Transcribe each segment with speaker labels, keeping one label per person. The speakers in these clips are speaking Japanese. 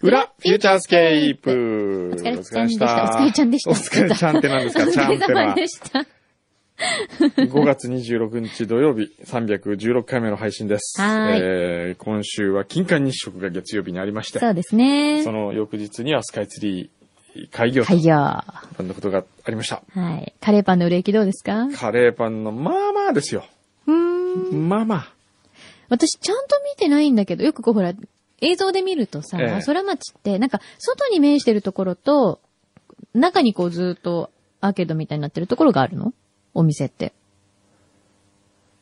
Speaker 1: 裏、フューチャースケープお
Speaker 2: 疲れちゃんでしたお疲れちゃんでした
Speaker 1: お疲れちゃんって何ですか
Speaker 2: お
Speaker 1: ちゃ
Speaker 2: 疲
Speaker 1: ん
Speaker 2: れ
Speaker 1: って
Speaker 2: 様
Speaker 1: な。
Speaker 2: でした。
Speaker 1: 5月26日土曜日、316回目の配信です。
Speaker 2: はーい
Speaker 1: えー今週は金環日食が月曜日にありまして、
Speaker 2: そうですね
Speaker 1: そ。の翌日にはスカイツリー開業と
Speaker 2: 開業。は
Speaker 1: そんなことがありました。
Speaker 2: い。カレーパンの売れ行きどうですかう
Speaker 1: カレーパンのまあまあですよ。
Speaker 2: ーん。
Speaker 1: まあまあ。
Speaker 2: 私ちゃんと見てないんだけど、よくこうほら、映像で見るとさ、
Speaker 1: ええ
Speaker 2: 空町って、なんか、外に面してるところと、中にこうずっとアーケードみたいになってるところがあるのお店って。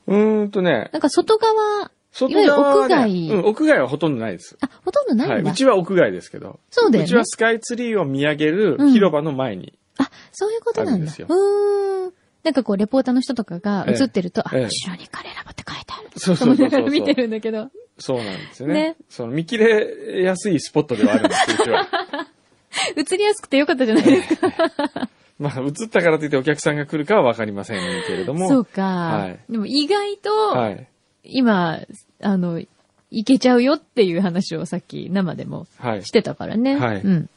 Speaker 1: うーんとね、
Speaker 2: なんか外側、
Speaker 1: 外
Speaker 2: いわ
Speaker 1: 側は、ね、
Speaker 2: ゆる屋
Speaker 1: うん、
Speaker 2: 外、
Speaker 1: 屋外はほとんどないです。
Speaker 2: あ、ほとんどな
Speaker 1: はいい。
Speaker 2: んだ。
Speaker 1: うちは屋外ですけど。
Speaker 2: そうだよ
Speaker 1: う
Speaker 2: ね
Speaker 1: ちはスカイツリーを見上げる
Speaker 2: うん
Speaker 1: 広場の前に。
Speaker 2: あ、そういうことな
Speaker 1: あるん
Speaker 2: ん
Speaker 1: で
Speaker 2: だ。
Speaker 1: すよ
Speaker 2: うーん。なんかこう、レポーターの人とかが
Speaker 1: ええ
Speaker 2: 映ってると、
Speaker 1: ええ
Speaker 2: あ、後ろにカレーラボって書いてある。
Speaker 1: そうそうそうそう
Speaker 2: と思いながら見てるんだけど。
Speaker 1: そうなんですよね。
Speaker 2: ね
Speaker 1: その見切れやすいスポットではあるんです、うち は。
Speaker 2: 映りやすくてよかったじゃないですか。
Speaker 1: まあ、映ったからといってお客さんが来るかはわかりませんけれども。
Speaker 2: そうか、
Speaker 1: はい
Speaker 2: でも意外と、
Speaker 1: はい。
Speaker 2: 今、あの、いけちゃうよっていう話をさっき生でも
Speaker 1: はい
Speaker 2: し。てたからね。
Speaker 1: はい
Speaker 2: うん。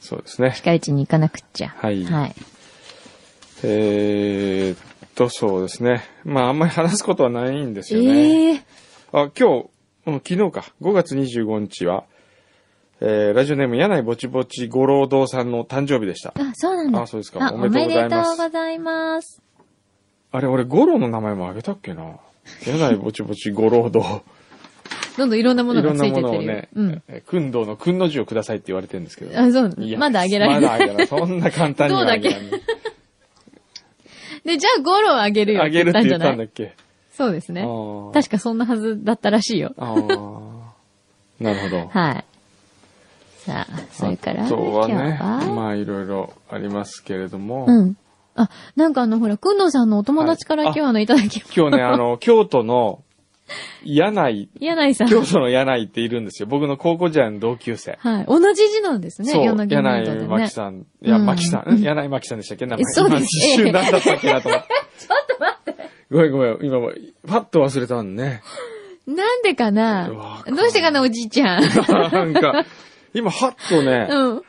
Speaker 1: そうですね。
Speaker 2: 近いうちに行かなくっちゃ。
Speaker 1: はい
Speaker 2: はい。
Speaker 1: えーっと、そうですね。まあ、あんまり話すことはないんですよね。
Speaker 2: ええー。
Speaker 1: あ、今日、うん昨日か、5月25日は、えー、ラジオネーム、柳井ぼちぼち五郎堂さんの誕生日でした。
Speaker 2: あ、そうなんだ。
Speaker 1: あそうですか
Speaker 2: あ
Speaker 1: お
Speaker 2: お
Speaker 1: め
Speaker 2: め
Speaker 1: でとうござい
Speaker 2: で
Speaker 1: ます
Speaker 2: とうございます。
Speaker 1: あれ、俺、五郎の名前もあげたっけな。柳井ぼちぼち五郎 堂。
Speaker 2: どんどんいろんなも
Speaker 1: い
Speaker 2: の
Speaker 1: ろ
Speaker 2: が
Speaker 1: ん
Speaker 2: つ
Speaker 1: ない
Speaker 2: て
Speaker 1: も
Speaker 2: ってる
Speaker 1: の
Speaker 2: よ。
Speaker 1: をね、
Speaker 2: うん。
Speaker 1: えー訓道の訓の字をくださいって言われてるんですけど。
Speaker 2: あ、そう。
Speaker 1: いや
Speaker 2: まだあげられない。
Speaker 1: まだあげられない。そんな簡単にはあげられない
Speaker 2: で、じゃあゴロをあげる よ。
Speaker 1: あげるって言ったんだ
Speaker 2: だ
Speaker 1: っけ
Speaker 2: そうです
Speaker 1: あ
Speaker 2: ね。
Speaker 1: ー
Speaker 2: 確かそんなはずだったらしいよ。
Speaker 1: あーなるほど。
Speaker 2: はい。さあ、それから、
Speaker 1: あとは
Speaker 2: 今
Speaker 1: ね、
Speaker 2: 日は、
Speaker 1: まあいろいろありますけれども、
Speaker 2: うん。あ、なんかあの、ほら、くんのさんのお友達から
Speaker 1: はい
Speaker 2: 今日あの、いただき、
Speaker 1: 今日ね、あ の、京都の柳井、
Speaker 2: 柳井さん。
Speaker 1: 京都の柳井っているんですよ。僕の高校時代の同級生。
Speaker 2: はい。同じ字なんですね。
Speaker 1: そう、
Speaker 2: 柳
Speaker 1: 柳
Speaker 2: なんだ
Speaker 1: 井
Speaker 2: ね
Speaker 1: 真紀さん。いや、
Speaker 2: うん
Speaker 1: 真紀さん。 ん柳井真紀さんでしたっけ名前。
Speaker 2: えそうです
Speaker 1: 今一瞬何だったっけなと思 って。ちょっと待って。ごめんごめん。今も、パッと忘れたんね。
Speaker 2: なんでかな
Speaker 1: わかん
Speaker 2: どうしてかな、おじいちゃん。
Speaker 1: なんか、今、はっとね、
Speaker 2: うん。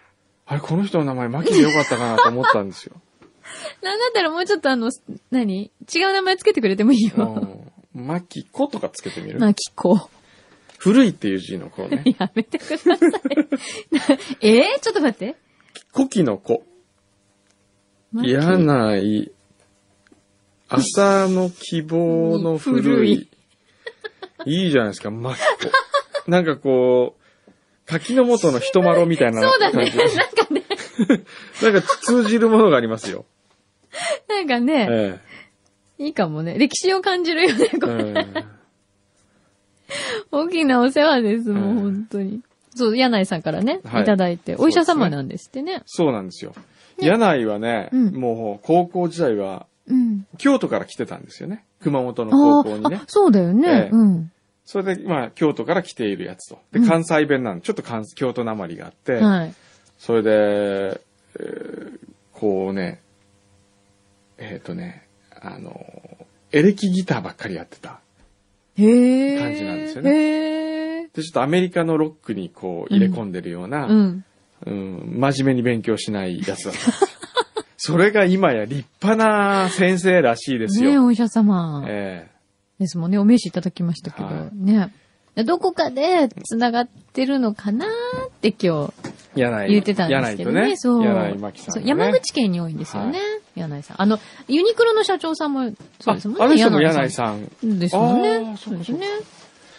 Speaker 1: あれ、この人の名前、マキでよかったかなと思ったん ですよ。
Speaker 2: なんだったらもうちょっとあの、何違う名前つけてくれてもいいうよ。
Speaker 1: ん。マキコとかつけてみる、
Speaker 2: まあ、聞こ
Speaker 1: 古いっていう字の子ね
Speaker 2: う。。やめてく ださい。えー、ちょっと待って。
Speaker 1: 古希の子。
Speaker 2: ま
Speaker 1: 柳井。朝の希望の古い。いいじゃないですか、マキコ。なんかこう、柿の元の人まろみたいな
Speaker 2: そうだ
Speaker 1: 感
Speaker 2: ね。
Speaker 1: じ。なん
Speaker 2: なんか
Speaker 1: か
Speaker 2: ね、
Speaker 1: 通じるものがありますよ。
Speaker 2: なんかね、
Speaker 1: え
Speaker 2: いいかもね。歴史を感じるよね、
Speaker 1: え。
Speaker 2: これ。
Speaker 1: ええ
Speaker 2: 大きなお世話です、もう、
Speaker 1: うん
Speaker 2: 本当に。そう、柳井さんからね、
Speaker 1: はい
Speaker 2: いただいて、お医者様なんですってね。
Speaker 1: そうなんですよ。柳井はね、
Speaker 2: うん
Speaker 1: もう高校時代は
Speaker 2: うん。
Speaker 1: 京都から来てたんですよね。熊本の高
Speaker 2: あ
Speaker 1: 校に
Speaker 2: ー
Speaker 1: ね
Speaker 2: あ、。そうだよね。
Speaker 1: ええ
Speaker 2: うん。
Speaker 1: それで、まあ、京都から来ているやつと。で、
Speaker 2: うん
Speaker 1: 関西弁なんで、ちょっと関京都なまりがあって、
Speaker 2: はい。
Speaker 1: それで、えーこうね、えっ、とね、あの、エレキギターばっかりやってた。
Speaker 2: へえ。
Speaker 1: 感じなんですよね
Speaker 2: へえ。
Speaker 1: で、ちょっとアメリカのロックにこう入れ込んでるような、う
Speaker 2: うんん。
Speaker 1: 真面目に勉強しないやつだったんですよ。 それが今や立派な先生らしいです
Speaker 2: ね
Speaker 1: よ。
Speaker 2: お医者様。
Speaker 1: ええ
Speaker 2: ですもんね。お名刺いただきましたけど。
Speaker 1: は
Speaker 2: ね。どこかで繋がってるのかなーって今日
Speaker 1: 柳井。
Speaker 2: 言ってたんですけどね。
Speaker 1: 柳井と
Speaker 2: そう。
Speaker 1: ね、柳井真紀さん、
Speaker 2: そう
Speaker 1: ね。
Speaker 2: 山口県に多いんですよね。
Speaker 1: は
Speaker 2: 柳井さん。あの、ユニクロの社長さんも、そうですもんね。
Speaker 1: ああの人も柳井さん。
Speaker 2: ん。ですもん
Speaker 1: あー
Speaker 2: ね。
Speaker 1: そ
Speaker 2: そうう
Speaker 1: か
Speaker 2: で
Speaker 1: そ
Speaker 2: す
Speaker 1: うか
Speaker 2: ね。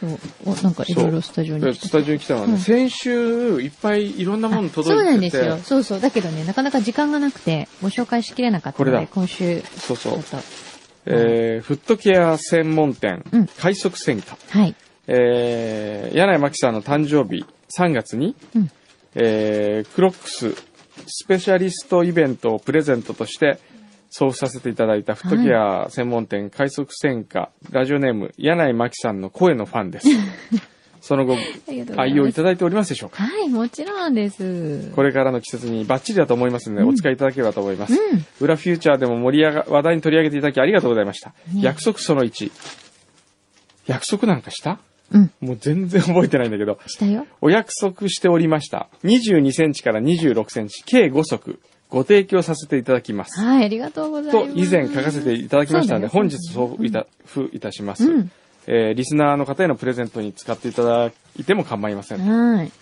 Speaker 2: そう。おなんかいろいろスタジオに
Speaker 1: で
Speaker 2: 来
Speaker 1: ス
Speaker 2: て。
Speaker 1: タジオに来たのはね、
Speaker 2: うん
Speaker 1: 先週いっぱいいろんなもの届いてて。
Speaker 2: そうなんですよ。そうそう。だけどね、なかなか時間がなくて、ご紹介しきれなかったの
Speaker 1: これ
Speaker 2: で、
Speaker 1: だ
Speaker 2: 今週、ち
Speaker 1: そうそ
Speaker 2: ょ
Speaker 1: う
Speaker 2: っ。と。
Speaker 1: えー、フットケア専門店、
Speaker 2: うん
Speaker 1: 快速センター。
Speaker 2: はい。
Speaker 1: えー、柳井真紀さんの誕生日3月に、
Speaker 2: うん
Speaker 1: えー、クロックススペシャリストイベントをプレゼントとして送付させていただいたフットケア 専門店快速専科ラジオネーム柳井真紀さんの声のファンです。その後、
Speaker 2: ありがとうござい
Speaker 1: 愛用
Speaker 2: ま
Speaker 1: い
Speaker 2: す。
Speaker 1: ただいておりますでしょうか
Speaker 2: はい、もちろんです。
Speaker 1: これからの季節にバッチリだと思いますので、お使いいただければと思います。
Speaker 2: うん
Speaker 1: 裏フューチャーでも盛り上が、話題に取り上げていただきありがとうございました。
Speaker 2: ね
Speaker 1: 約束その1。約束なんかした
Speaker 2: うん、
Speaker 1: もう全然覚えてないんだけど、
Speaker 2: したよ。
Speaker 1: お約束しておりました。22センチから26センチ、計5足、ご提供させていただきます。
Speaker 2: はい、ありがとうございま
Speaker 1: と、
Speaker 2: す。
Speaker 1: 以前書かせていただきましたので、
Speaker 2: そうだ
Speaker 1: 本
Speaker 2: よ
Speaker 1: 日そういた、付いたします。
Speaker 2: うん
Speaker 1: えーリスナーの方へのプレゼントに使っていただいても構いません。
Speaker 2: はい、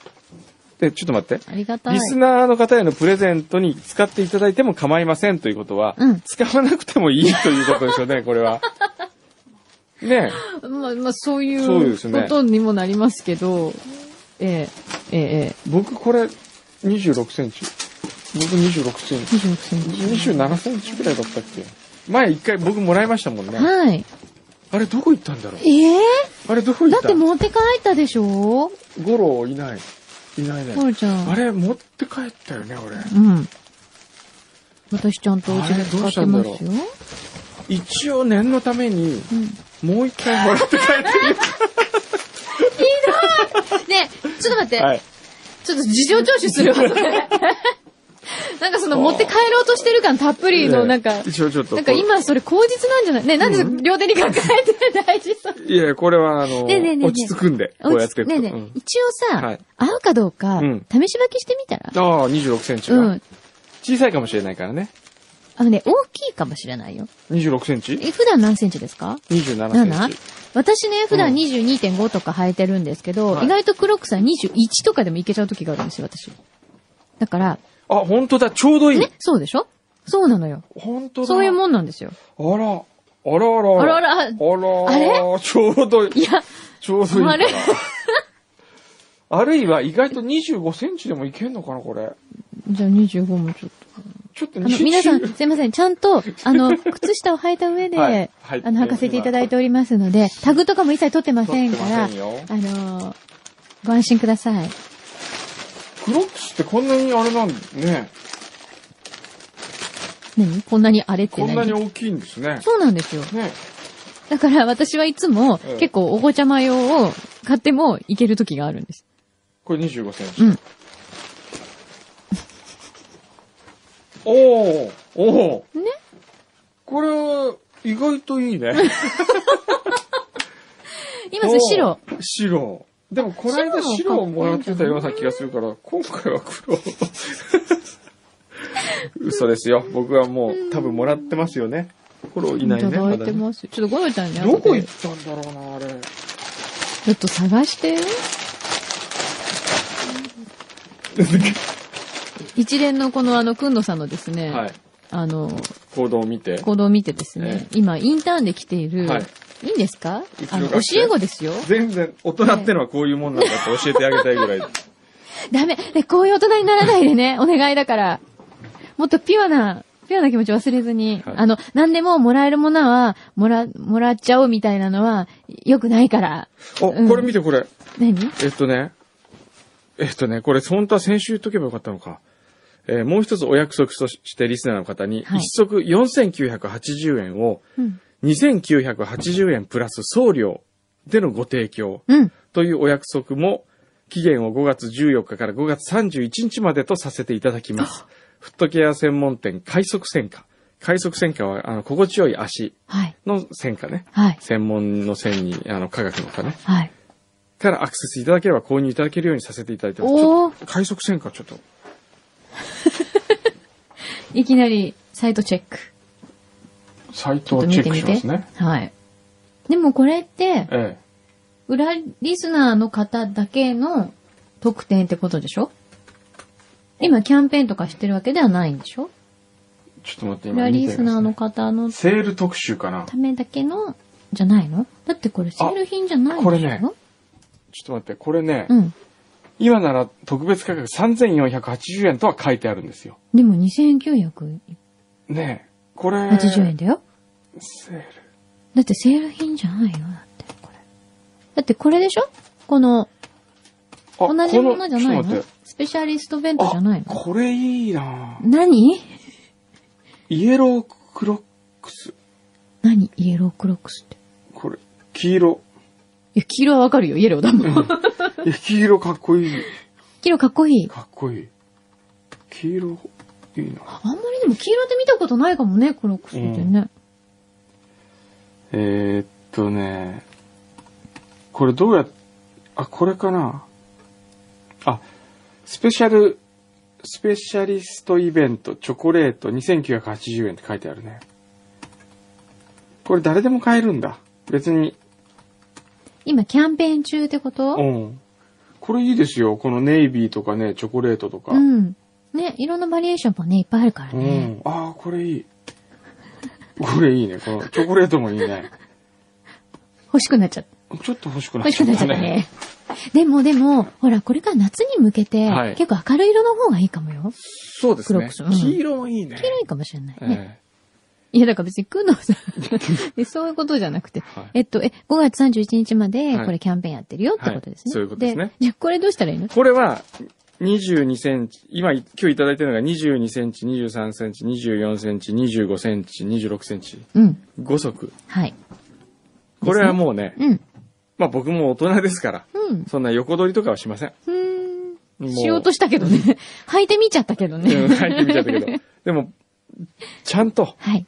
Speaker 1: で、ちょっと待って。
Speaker 2: ありがたい。
Speaker 1: リスナーの方へのプレゼントに使っていただいても構いませんということは、
Speaker 2: うん
Speaker 1: 使わなくてもいいということですよね、これ は。ね
Speaker 2: まあ、まあ、そうい
Speaker 1: そう
Speaker 2: う
Speaker 1: ですね
Speaker 2: ことにもなりますけど、えええええ
Speaker 1: え、僕これ26センチ。僕26セン
Speaker 2: え
Speaker 1: チ。
Speaker 2: 26センチ。
Speaker 1: 27センチくらいだったっけ前一回僕もらいましたもんね。
Speaker 2: はい。
Speaker 1: あれどこ行ったんだろう
Speaker 2: ええ
Speaker 1: あれどこ行
Speaker 2: だ
Speaker 1: っ
Speaker 2: ったて持って帰ったでしょ
Speaker 1: ゴロいない。いないね
Speaker 2: ポ。ルちゃん。
Speaker 1: あれ持って帰ったよね、俺。
Speaker 2: うん。私ちゃんとお家で使ってますよ。
Speaker 1: あれどうしたん一応念のために、もう一回もらって帰って
Speaker 2: ね え、ちょっと待って、
Speaker 1: る。はい。
Speaker 2: ちょっと事情聴取するわ、 それなんかその持って帰ろうとしてる感たっぷりの、なんか、
Speaker 1: 一応ちょっと。
Speaker 2: なんか今それ口実なんじゃないねえ、なんで両手に抱えてる大事そう。
Speaker 1: いや、これは、あの、
Speaker 2: ねえねえねえねえ
Speaker 1: 落ち着くんで、こうやっていくと。
Speaker 2: ねえねえ
Speaker 1: うん
Speaker 2: 一応さ、
Speaker 1: はい
Speaker 2: 合うかどうか、
Speaker 1: うん
Speaker 2: 試し履きしてみたら
Speaker 1: ああ、26センチが、
Speaker 2: うん。
Speaker 1: 小さいかもしれないからね。
Speaker 2: あのね、大きいかもしれないよ。
Speaker 1: 26センチ
Speaker 2: え、普段何センチですか
Speaker 1: ?27 セン
Speaker 2: 7?
Speaker 1: チ。
Speaker 2: 私ね、普
Speaker 1: う
Speaker 2: 段
Speaker 1: ん
Speaker 2: 22.5とか履いてるんですけど、
Speaker 1: はい
Speaker 2: 意外と黒くさ21とかでもいけちゃう時があるんですよ、私。だから、
Speaker 1: あ、本当だ、ちょうどいい。
Speaker 2: ね、そうでしょそうなのよ。
Speaker 1: 本当だ。
Speaker 2: そういうもんなんですよ。
Speaker 1: あら、あらあら。
Speaker 2: あらあ
Speaker 1: あら。
Speaker 2: ら、
Speaker 1: あ
Speaker 2: あ
Speaker 1: ちょうどい
Speaker 2: い
Speaker 1: い。
Speaker 2: や、
Speaker 1: ちょうどいいから。
Speaker 2: あれ
Speaker 1: あるいは、意外と25センチでもいけんのかな、これ。
Speaker 2: じゃあ25もちょっと。
Speaker 1: ちょっと
Speaker 2: あの、皆さん、
Speaker 1: 20
Speaker 2: すいません。ちゃんと、あ の、靴下を履いた上で、
Speaker 1: はいはい
Speaker 2: あの、履かせていただいておりますので、タグとかも一切取ってませんから、あ
Speaker 1: 取ってま
Speaker 2: の、ご安心ください。
Speaker 1: クロックスってこんなにあれなんね。
Speaker 2: 何こんなに荒れって
Speaker 1: こんなに
Speaker 2: 何
Speaker 1: 大きいんですね。
Speaker 2: そうなんですよ。
Speaker 1: ね。
Speaker 2: だから私はいつも、
Speaker 1: うん
Speaker 2: 結構おごちゃま用を買ってもいける時があるんです。
Speaker 1: これ25センチ。
Speaker 2: うん。
Speaker 1: おおおお
Speaker 2: ね
Speaker 1: これは、意外といい ね。
Speaker 2: 今それ白。
Speaker 1: おー。白。でも、この間白をもらってたような気がするから、今回は黒。嘘ですよ。僕はもう、多分もらってますよね。黒い
Speaker 2: い
Speaker 1: ないね。
Speaker 2: ただい
Speaker 1: ま
Speaker 2: て
Speaker 1: だね
Speaker 2: ます。ちょっとゴロちゃんに
Speaker 1: どこ
Speaker 2: 後で
Speaker 1: 行ったんだろうな、あれ。
Speaker 2: ちょっと探して。一連のこのあの、くんのさんのですね、
Speaker 1: はい。
Speaker 2: あの、
Speaker 1: 行動を見て。
Speaker 2: 行動を見てですね、今、インターンで来ている、
Speaker 1: はい
Speaker 2: い、いんですか
Speaker 1: うち
Speaker 2: あ
Speaker 1: の
Speaker 2: の、
Speaker 1: 学生
Speaker 2: 教え子ですよ。
Speaker 1: 全然、大人ってのはこういうもんなんだって教えてあげたいぐらい。
Speaker 2: ダメ、ね、こういう大人にならないでね、お願いだから。もっとピュアな、ピュアな気持ち忘れずに、
Speaker 1: はい
Speaker 2: あの、何でももらえるものは、もら、もらっちゃおうみたいなのは、良くないから。
Speaker 1: お、
Speaker 2: うん
Speaker 1: これ見てこれ。
Speaker 2: 何
Speaker 1: えっとね。えっとね、これ本当は先週言っとけばよかったのか。えーもう一つお約束としてリスナーの方に、
Speaker 2: はい
Speaker 1: 一足4980円を
Speaker 2: うん。
Speaker 1: 2980円プラス送料でのご提供
Speaker 2: うん。
Speaker 1: というお約束も、期限を5月14日から5月31日までとさせていただきます。フットケア専門店、快速専科。快速専科は、あの、心地よい足
Speaker 2: はい。
Speaker 1: の専科ね。
Speaker 2: はい。
Speaker 1: 専門の専に、あの、科学の科ね。
Speaker 2: はい。
Speaker 1: からアクセスいただければ購入いただけるようにさせていただいてます。ちょ
Speaker 2: お
Speaker 1: っ
Speaker 2: ー
Speaker 1: と快速線か、ちょっと。
Speaker 2: いきなり、サイトチェック。
Speaker 1: サイ
Speaker 2: ち
Speaker 1: ト
Speaker 2: ょっ
Speaker 1: を
Speaker 2: と
Speaker 1: チェ
Speaker 2: 見
Speaker 1: ッ
Speaker 2: て
Speaker 1: ク
Speaker 2: み
Speaker 1: しま
Speaker 2: て。
Speaker 1: すね。
Speaker 2: はい。でもこれって、
Speaker 1: え
Speaker 2: 裏リスナーの方だけの特典ってことでしょ今キャンペーンとかしてるわけではないんでしょ
Speaker 1: え。ちょっと待って、今
Speaker 2: 裏
Speaker 1: 見
Speaker 2: リ
Speaker 1: て
Speaker 2: ス
Speaker 1: みま
Speaker 2: ナー
Speaker 1: す、
Speaker 2: の
Speaker 1: ね。
Speaker 2: 方の
Speaker 1: セール特集かな。ち
Speaker 2: た
Speaker 1: ょ
Speaker 2: めだけの、じゃないのだってこれセール品じゃないでしょ
Speaker 1: あこれねっと待って、これね、
Speaker 2: うん。
Speaker 1: 今なら特別価格3480円とは書いてあるんですよ。
Speaker 2: でも2980
Speaker 1: ねえ。これ、
Speaker 2: 円だよ。
Speaker 1: セール。
Speaker 2: だってセール品じゃないよ。だってこれ。だってこれでしょこの、
Speaker 1: あ
Speaker 2: 同じものじゃない
Speaker 1: こちょっ
Speaker 2: の
Speaker 1: と
Speaker 2: スペシャリスト弁当
Speaker 1: 待
Speaker 2: じゃ
Speaker 1: って
Speaker 2: ない
Speaker 1: あ、
Speaker 2: の
Speaker 1: これいいなぁ
Speaker 2: 何
Speaker 1: イエロークロックス。
Speaker 2: 何イエロークロックスって。
Speaker 1: これ、黄色。
Speaker 2: いや、黄色はわかるよ。イエローだもん。
Speaker 1: いや、黄色かっこいい。
Speaker 2: 黄色かっこいい。
Speaker 1: かっこいい。黄色、いいな。
Speaker 2: あんまりでも黄色って見たことないかもね、クロックスでね。
Speaker 1: えー、っとね、これどうやっ、あ、これかな。あ、スペシャル、スペシャリストイベント、チョコレート2980円って書いてあるね。これ誰でも買えるんだ。別に。
Speaker 2: 今、キャンペーン中ってこ
Speaker 1: う
Speaker 2: と
Speaker 1: ん。これいいですよ。このネイビーとかね、チョコレートとか。
Speaker 2: うん。ね、色のバリエーションもね、いっぱいあるから
Speaker 1: う
Speaker 2: ね。
Speaker 1: ん。ああ、これいい。これいいね。このチョコレートもいいね。
Speaker 2: 欲しくなっちゃった。
Speaker 1: ちょっと欲しくなっ
Speaker 2: 欲し
Speaker 1: ちゃ
Speaker 2: く
Speaker 1: っ
Speaker 2: なっち
Speaker 1: た
Speaker 2: ゃった
Speaker 1: ね。
Speaker 2: ね。でもでも、ほら、これから夏に向けて、
Speaker 1: はい
Speaker 2: 結構明るい色の方がいいかもよ。
Speaker 1: そうです
Speaker 2: 黒
Speaker 1: ね
Speaker 2: くするう。ん
Speaker 1: 黄色もいいね。
Speaker 2: 黄色いかもしれないね。
Speaker 1: え
Speaker 2: いや、だから別に来んの さ、でそういうことじゃなくて、
Speaker 1: はい
Speaker 2: えっと、え、5月31日まで、
Speaker 1: はい
Speaker 2: これキャンペーンやってるよってことです
Speaker 1: は
Speaker 2: ね。
Speaker 1: いそういうことですね
Speaker 2: じゃあこれどうしたらいいの
Speaker 1: えこれは、22センチ、今、今日いただいてるのが22センチ、23センチ、24センチ、25センチ、26センチ。
Speaker 2: うん。
Speaker 1: 5足。
Speaker 2: はい。
Speaker 1: これはもうね、
Speaker 2: うん。
Speaker 1: まあ僕も大人ですから、
Speaker 2: うん。
Speaker 1: そんな横取りとかはしません。
Speaker 2: うーん。
Speaker 1: も
Speaker 2: しようとしたけどね。 履いてみちゃったけど
Speaker 1: うん
Speaker 2: ね。
Speaker 1: 入ってみちゃったけど。でも、ちゃんと
Speaker 2: はい。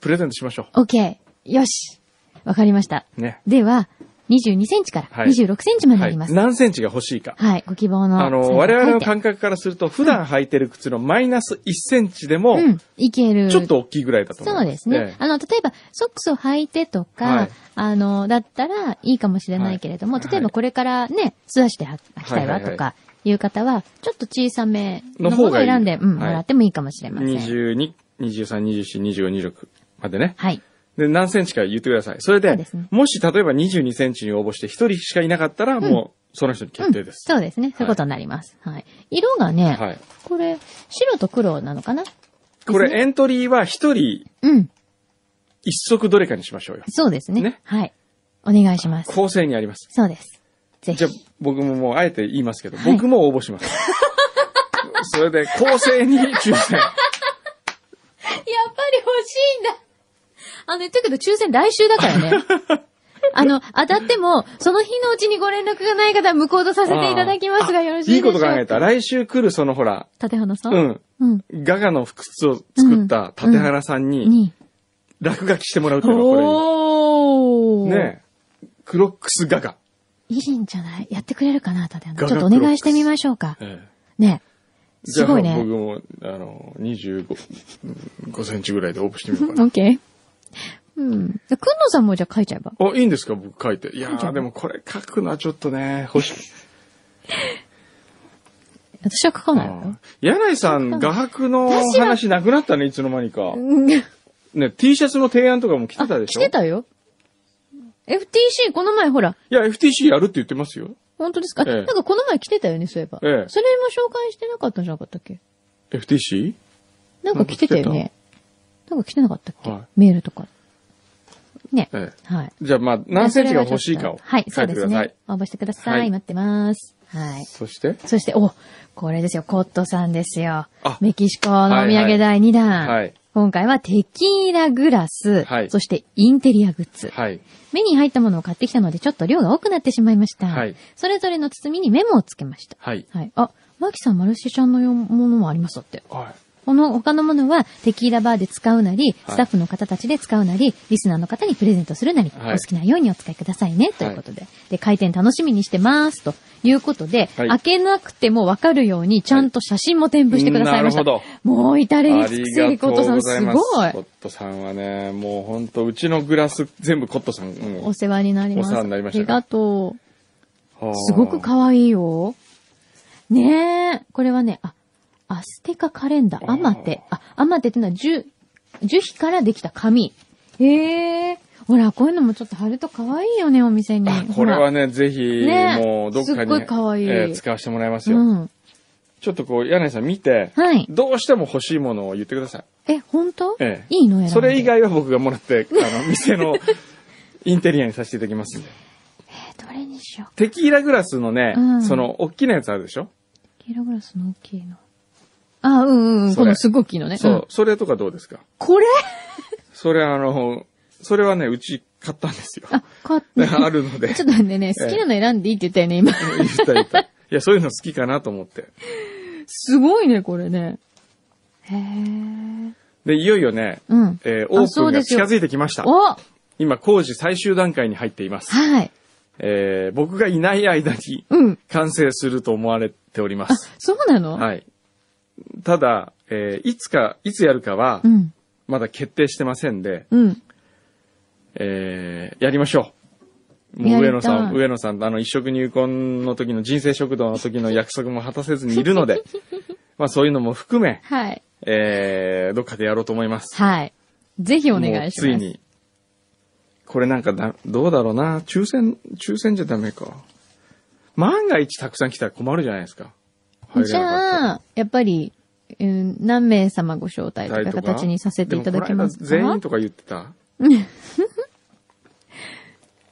Speaker 1: プレゼントしましょ
Speaker 2: OK。よし。わかりました。
Speaker 1: う。ね。
Speaker 2: では、22センチか
Speaker 1: は
Speaker 2: ら
Speaker 1: い
Speaker 2: 26センチまであ
Speaker 1: は
Speaker 2: り
Speaker 1: い。
Speaker 2: ます。
Speaker 1: 何センチが欲しいか。
Speaker 2: はい。ご希望の。
Speaker 1: あの、
Speaker 2: サイズを書いて
Speaker 1: 我々の感覚からすると、普段履いてる靴のマイナス1センチでも
Speaker 2: う、ん。いける。
Speaker 1: ちょっと大きいぐらいだと思いま
Speaker 2: そうですね。
Speaker 1: ええ
Speaker 2: あの、例えば、ソックスを履いてとか、
Speaker 1: はい
Speaker 2: あの、だったらいいかもしれないけれども、
Speaker 1: はい
Speaker 2: 例えばこれからね、素足で履履きたい
Speaker 1: はいは
Speaker 2: わ
Speaker 1: いはい
Speaker 2: とか、いう方は、ちょっと小さめの
Speaker 1: の
Speaker 2: 方
Speaker 1: 方
Speaker 2: を
Speaker 1: がいい
Speaker 2: 選んで、うん、
Speaker 1: はい
Speaker 2: もらってもいいかもしれません。
Speaker 1: 22、23、24、25、26までね。
Speaker 2: はい。
Speaker 1: で、何センチか言ってください。それで、
Speaker 2: そうですね
Speaker 1: もし例えば22センチに応募して1人しかいなかったら、もうその人に決定です。
Speaker 2: そうですね。そういうことになります。はい。色がね、
Speaker 1: はい。
Speaker 2: これ、白と黒なのかな
Speaker 1: これエントリーは1人
Speaker 2: うん。
Speaker 1: 1足どれかにしましょうよ。
Speaker 2: そうですね。
Speaker 1: ね
Speaker 2: はい。お願いします。
Speaker 1: 構成にあります。
Speaker 2: そうです。ぜ
Speaker 1: じゃ
Speaker 2: ひ
Speaker 1: あ。僕ももうあえて言いますけど、
Speaker 2: はい
Speaker 1: 僕も応募し ます。それで、構成に抽選。
Speaker 2: やっぱり欲しいんだ。あの、言ったけど、抽選来週だからね。 あの、当たっても、その日のうちにご連絡がない方は無効とさせていただきますが、よろしい
Speaker 1: い
Speaker 2: で
Speaker 1: い
Speaker 2: しょ
Speaker 1: こ
Speaker 2: う
Speaker 1: と
Speaker 2: か。
Speaker 1: 考えた。来週来るそのほら、
Speaker 2: 縦花さん。
Speaker 1: うん。
Speaker 2: うん。
Speaker 1: ガガの靴を作った立原さんに
Speaker 2: に。
Speaker 1: 落書きしてもらうっていうのがこ
Speaker 2: お
Speaker 1: れい
Speaker 2: ー。
Speaker 1: い。ねえクロックスガガ。
Speaker 2: いいんじゃないやってくれるかな、縦
Speaker 1: ガ
Speaker 2: 花。
Speaker 1: ガ
Speaker 2: ちょっとお願いしてみましょうか。
Speaker 1: ええ
Speaker 2: ね。
Speaker 1: じ
Speaker 2: す
Speaker 1: ゃあ
Speaker 2: ごい
Speaker 1: 僕
Speaker 2: ね。
Speaker 1: も、あの、25、5センチぐらいで応募してみ
Speaker 2: オ
Speaker 1: ようかな。
Speaker 2: ッケー。うん。くんのさんもじゃあ書いちゃえば。
Speaker 1: あ、いいんですか僕書いて。いや
Speaker 2: いいじゃ
Speaker 1: ー、
Speaker 2: ん
Speaker 1: でもこれ書くのはちょっとね、欲しい。
Speaker 2: 私は書かないわよ。
Speaker 1: 柳井さん、画伯の
Speaker 2: 私は
Speaker 1: 話なくなったね、いつの間にか。
Speaker 2: うん
Speaker 1: ね、T シャツの提案とかも来てたでし
Speaker 2: 来
Speaker 1: ょ
Speaker 2: てたよ。FTC、この前ほら、
Speaker 1: いや、FTC やるって言ってますよ。
Speaker 2: 本当ですか、
Speaker 1: ええ
Speaker 2: なんかこの前来てたよね、そういえば。
Speaker 1: ええ
Speaker 2: それも紹介してなかったんじゃなかったっけ
Speaker 1: FTC?
Speaker 2: なんか来てたよね。なんか来てなかったっけ、
Speaker 1: は
Speaker 2: メールとか。ね。
Speaker 1: ええ
Speaker 2: はい。
Speaker 1: じゃあ、まあ、何センチが欲しいかを書
Speaker 2: は
Speaker 1: い
Speaker 2: い、
Speaker 1: てく
Speaker 2: そ
Speaker 1: だ
Speaker 2: うです
Speaker 1: さい
Speaker 2: ね。。応募してください。
Speaker 1: はい
Speaker 2: 待ってます。はい。
Speaker 1: そして
Speaker 2: そして、お、これですよ、コットさんですよ
Speaker 1: あ。
Speaker 2: メキシコのお土
Speaker 1: はいはい
Speaker 2: 産第2弾。
Speaker 1: はい
Speaker 2: 今回はテキーラグラス、
Speaker 1: はい
Speaker 2: そしてインテリアグッズ。
Speaker 1: はい。
Speaker 2: 目に入ったものを買ってきたので、ちょっと量が多くなってしまいました。
Speaker 1: はい
Speaker 2: それぞれの包みにメモをつけました。
Speaker 1: はい。
Speaker 2: はい。あ、マキさん、マルシちゃんのよものもありますだって。
Speaker 1: はい。
Speaker 2: この他のものはテキーラバーで使うな
Speaker 1: は
Speaker 2: り、
Speaker 1: い
Speaker 2: スタッフの方たちで使うなり、リスナーの方にプレゼントするなり、
Speaker 1: はい
Speaker 2: お好きなようにお使いくださいね、ということで。で、開店楽しみにしてます、ということで、
Speaker 1: はい
Speaker 2: 開けなくてもわかるように、ちゃんと写真も添付してくださいました。
Speaker 1: なるほ
Speaker 2: もう至れ
Speaker 1: あ
Speaker 2: り尽くせ
Speaker 1: り
Speaker 2: り
Speaker 1: が
Speaker 2: コッ
Speaker 1: と
Speaker 2: ト
Speaker 1: う
Speaker 2: さ
Speaker 1: ご
Speaker 2: ん、
Speaker 1: ざ
Speaker 2: す
Speaker 1: います。
Speaker 2: ごい
Speaker 1: コ。ットさんはね、もう本当うちのグラス全部コットさん。も
Speaker 2: お世話になります。
Speaker 1: お世話になりました
Speaker 2: ありがとう。
Speaker 1: う
Speaker 2: すごく
Speaker 1: わ
Speaker 2: 可愛いよ。ねえ。これはね、あ、アステカカレンダー、アマテ。あ、アマテってのは樹、樹皮からできた紙。へえ。ほら、こういうのもちょっと貼ると可愛いよね、お店に。
Speaker 1: あこれ
Speaker 2: ほ
Speaker 1: は
Speaker 2: ら
Speaker 1: ね、ぜひ、
Speaker 2: ね
Speaker 1: もう、どっか
Speaker 2: す
Speaker 1: に、
Speaker 2: っごい可愛い
Speaker 1: えー使わせてもらいますよ。
Speaker 2: うん。
Speaker 1: ちょっとこう、柳井さん見て、
Speaker 2: はい。
Speaker 1: どうしても欲しいものを言ってください。
Speaker 2: え、本当、
Speaker 1: ええ
Speaker 2: いいの選んで
Speaker 1: それ以。外は僕がもらって、 あの、店のインテリアにさせていただきますんで。
Speaker 2: えどれにしよう。
Speaker 1: テキーラグラスのね、
Speaker 2: うん
Speaker 1: その、大きなやつあるでしょ
Speaker 2: キログラスの大きいの。あ、うんうんうん。
Speaker 1: それ
Speaker 2: このすごく大きいのね。
Speaker 1: そう、
Speaker 2: ん
Speaker 1: それとかどうですか
Speaker 2: これ
Speaker 1: それあの、それはね、うち買ったんですよ。
Speaker 2: あ、買っ て。ち ょ
Speaker 1: あるので。
Speaker 2: っと待ってね、好きなの選んでいいって言ったよね、今。
Speaker 1: 言った言った。いや、そういうの好きかなと思って。
Speaker 2: すごいね、これね。へえ。
Speaker 1: で、いよいよね、
Speaker 2: うん。
Speaker 1: えーオープ
Speaker 2: そ
Speaker 1: ン
Speaker 2: う
Speaker 1: が
Speaker 2: ですよ
Speaker 1: 近づいてきました。
Speaker 2: お
Speaker 1: 今、工事最終段階に入っています。
Speaker 2: はい。
Speaker 1: えー僕がいない間に
Speaker 2: うん。
Speaker 1: 完成すると思われておりま
Speaker 2: あ
Speaker 1: す。、
Speaker 2: そうなのい。
Speaker 1: はい。ただ、えーいつか、いつやるかは
Speaker 2: う、ん。
Speaker 1: まだ決定してませんで、
Speaker 2: うん。
Speaker 1: えーやりましょう。もう
Speaker 2: やりたい
Speaker 1: 上野さん、上野さんとあの一食入魂の時の人生食堂の時の約束も果たせずにいるの で、まあそういうのも含め、
Speaker 2: はい。
Speaker 1: えーどっかでやろうと思います。
Speaker 2: はい。ぜひお願いします。
Speaker 1: もうつい。に。これなんかだ、どうだろうな。抽選、抽選じゃダメか。万が一たくさん来たら困るじゃないですか。入れ
Speaker 2: じ
Speaker 1: なかったら
Speaker 2: ゃあ、やっぱり、うん、何名様ご招待とか形にさせていただけますか
Speaker 1: でもこの間全員とか言ってた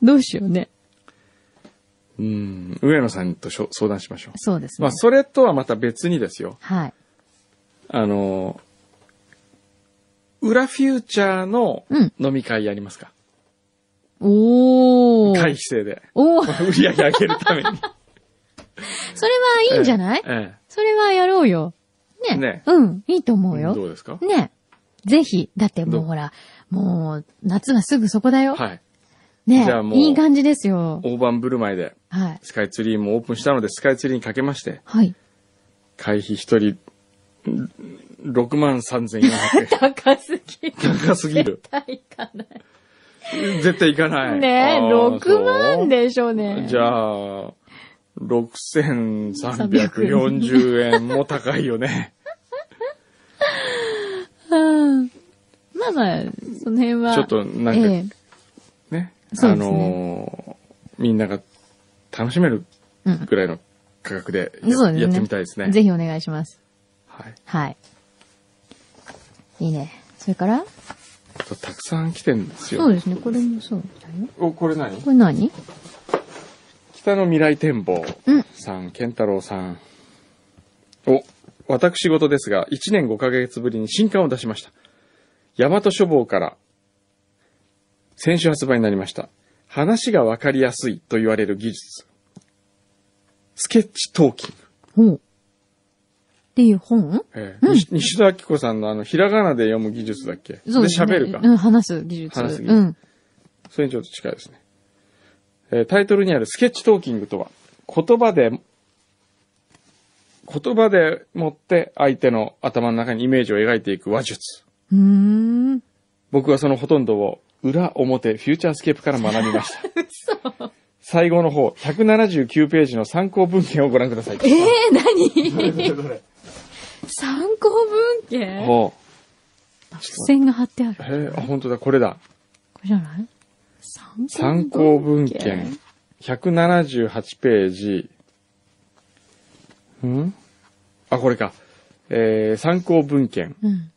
Speaker 2: どうしようね。
Speaker 1: うん。上野さんとしょ相談しましょう。
Speaker 2: そうですね。
Speaker 1: まあ、それとはまた別にですよ。
Speaker 2: はい。
Speaker 1: あの、裏フューチャーの
Speaker 2: うん
Speaker 1: 飲み会やりますか。
Speaker 2: おー。
Speaker 1: 会費制で。
Speaker 2: おー。
Speaker 1: まあ売り上げ上げるために。
Speaker 2: それはいいんじゃない、
Speaker 1: え
Speaker 2: それはやろうよ。ね。
Speaker 1: ね
Speaker 2: うん。いいと思
Speaker 1: え
Speaker 2: う
Speaker 1: ど
Speaker 2: よ。
Speaker 1: うですか
Speaker 2: ね。ぜひ。だっても
Speaker 1: ど
Speaker 2: う
Speaker 1: う
Speaker 2: ほら、もう、夏がすぐそこだよ。
Speaker 1: はい。
Speaker 2: ね
Speaker 1: じゃあもう
Speaker 2: いい感じですよ。
Speaker 1: 大盤振る舞いで。
Speaker 2: はい。
Speaker 1: スカイツリーもオープンしたので、スカイツリーにかけまして、
Speaker 2: はい。。
Speaker 1: 会費一人、6万3400円
Speaker 2: 高す ぎ。
Speaker 1: 高すぎる。
Speaker 2: 高いかな
Speaker 1: 絶対行かない。
Speaker 2: ねえ、
Speaker 1: あー
Speaker 2: 6万。でしょう
Speaker 1: そう
Speaker 2: ね。
Speaker 1: じゃあ、6340円も高いよ ね。
Speaker 2: うん。まあまあ、その辺は。
Speaker 1: ちょっとなんか
Speaker 2: ええ
Speaker 1: ね。
Speaker 2: そう
Speaker 1: あ
Speaker 2: です
Speaker 1: のー、みんなが楽しめる
Speaker 2: うん
Speaker 1: ぐらいの価格でや
Speaker 2: そうですね
Speaker 1: やってみたいですね。
Speaker 2: ぜひお願いします。
Speaker 1: はい。
Speaker 2: はい。いいね。それか
Speaker 1: あ
Speaker 2: ら
Speaker 1: とたくさん来てるんですよ。
Speaker 2: そうですね。これもそうだよ。
Speaker 1: お、これ何
Speaker 2: これ何
Speaker 1: 北の未来展望
Speaker 2: うん
Speaker 1: さん、健太郎さん。お、私事ですが、1年5ヶ月ぶりに新刊を出しました。大和書房から、先週発売になりました。話がわかりやすいと言われる技術。スケッチトーキング。
Speaker 2: ほう。っていう本
Speaker 1: ええ西西田明子さんのあの、ひらがなで読む技術だっけ
Speaker 2: そうですね。
Speaker 1: 喋るか。
Speaker 2: うん、話す技術。
Speaker 1: 話す技術
Speaker 2: うん。
Speaker 1: それにちょっと近いですね。えータイトルにあるスケッチトーキングとは、言葉で、言葉でもって相手の頭の中にイメージを描いていく話術。
Speaker 2: うーん。
Speaker 1: 僕はそのほとんどを裏表フューチャースケープから学びました。最後の方、179ページの参考文献をご覧ください。
Speaker 2: ええー、何 参考文献
Speaker 1: ほ
Speaker 2: 付箋が貼ってあ
Speaker 1: う。
Speaker 2: る。
Speaker 1: へえ、あ、本当だ、これだ。
Speaker 2: これじゃない参考文献。
Speaker 1: 参考文献。178ページ。んあ、これか。えー、参考文献。
Speaker 2: うん。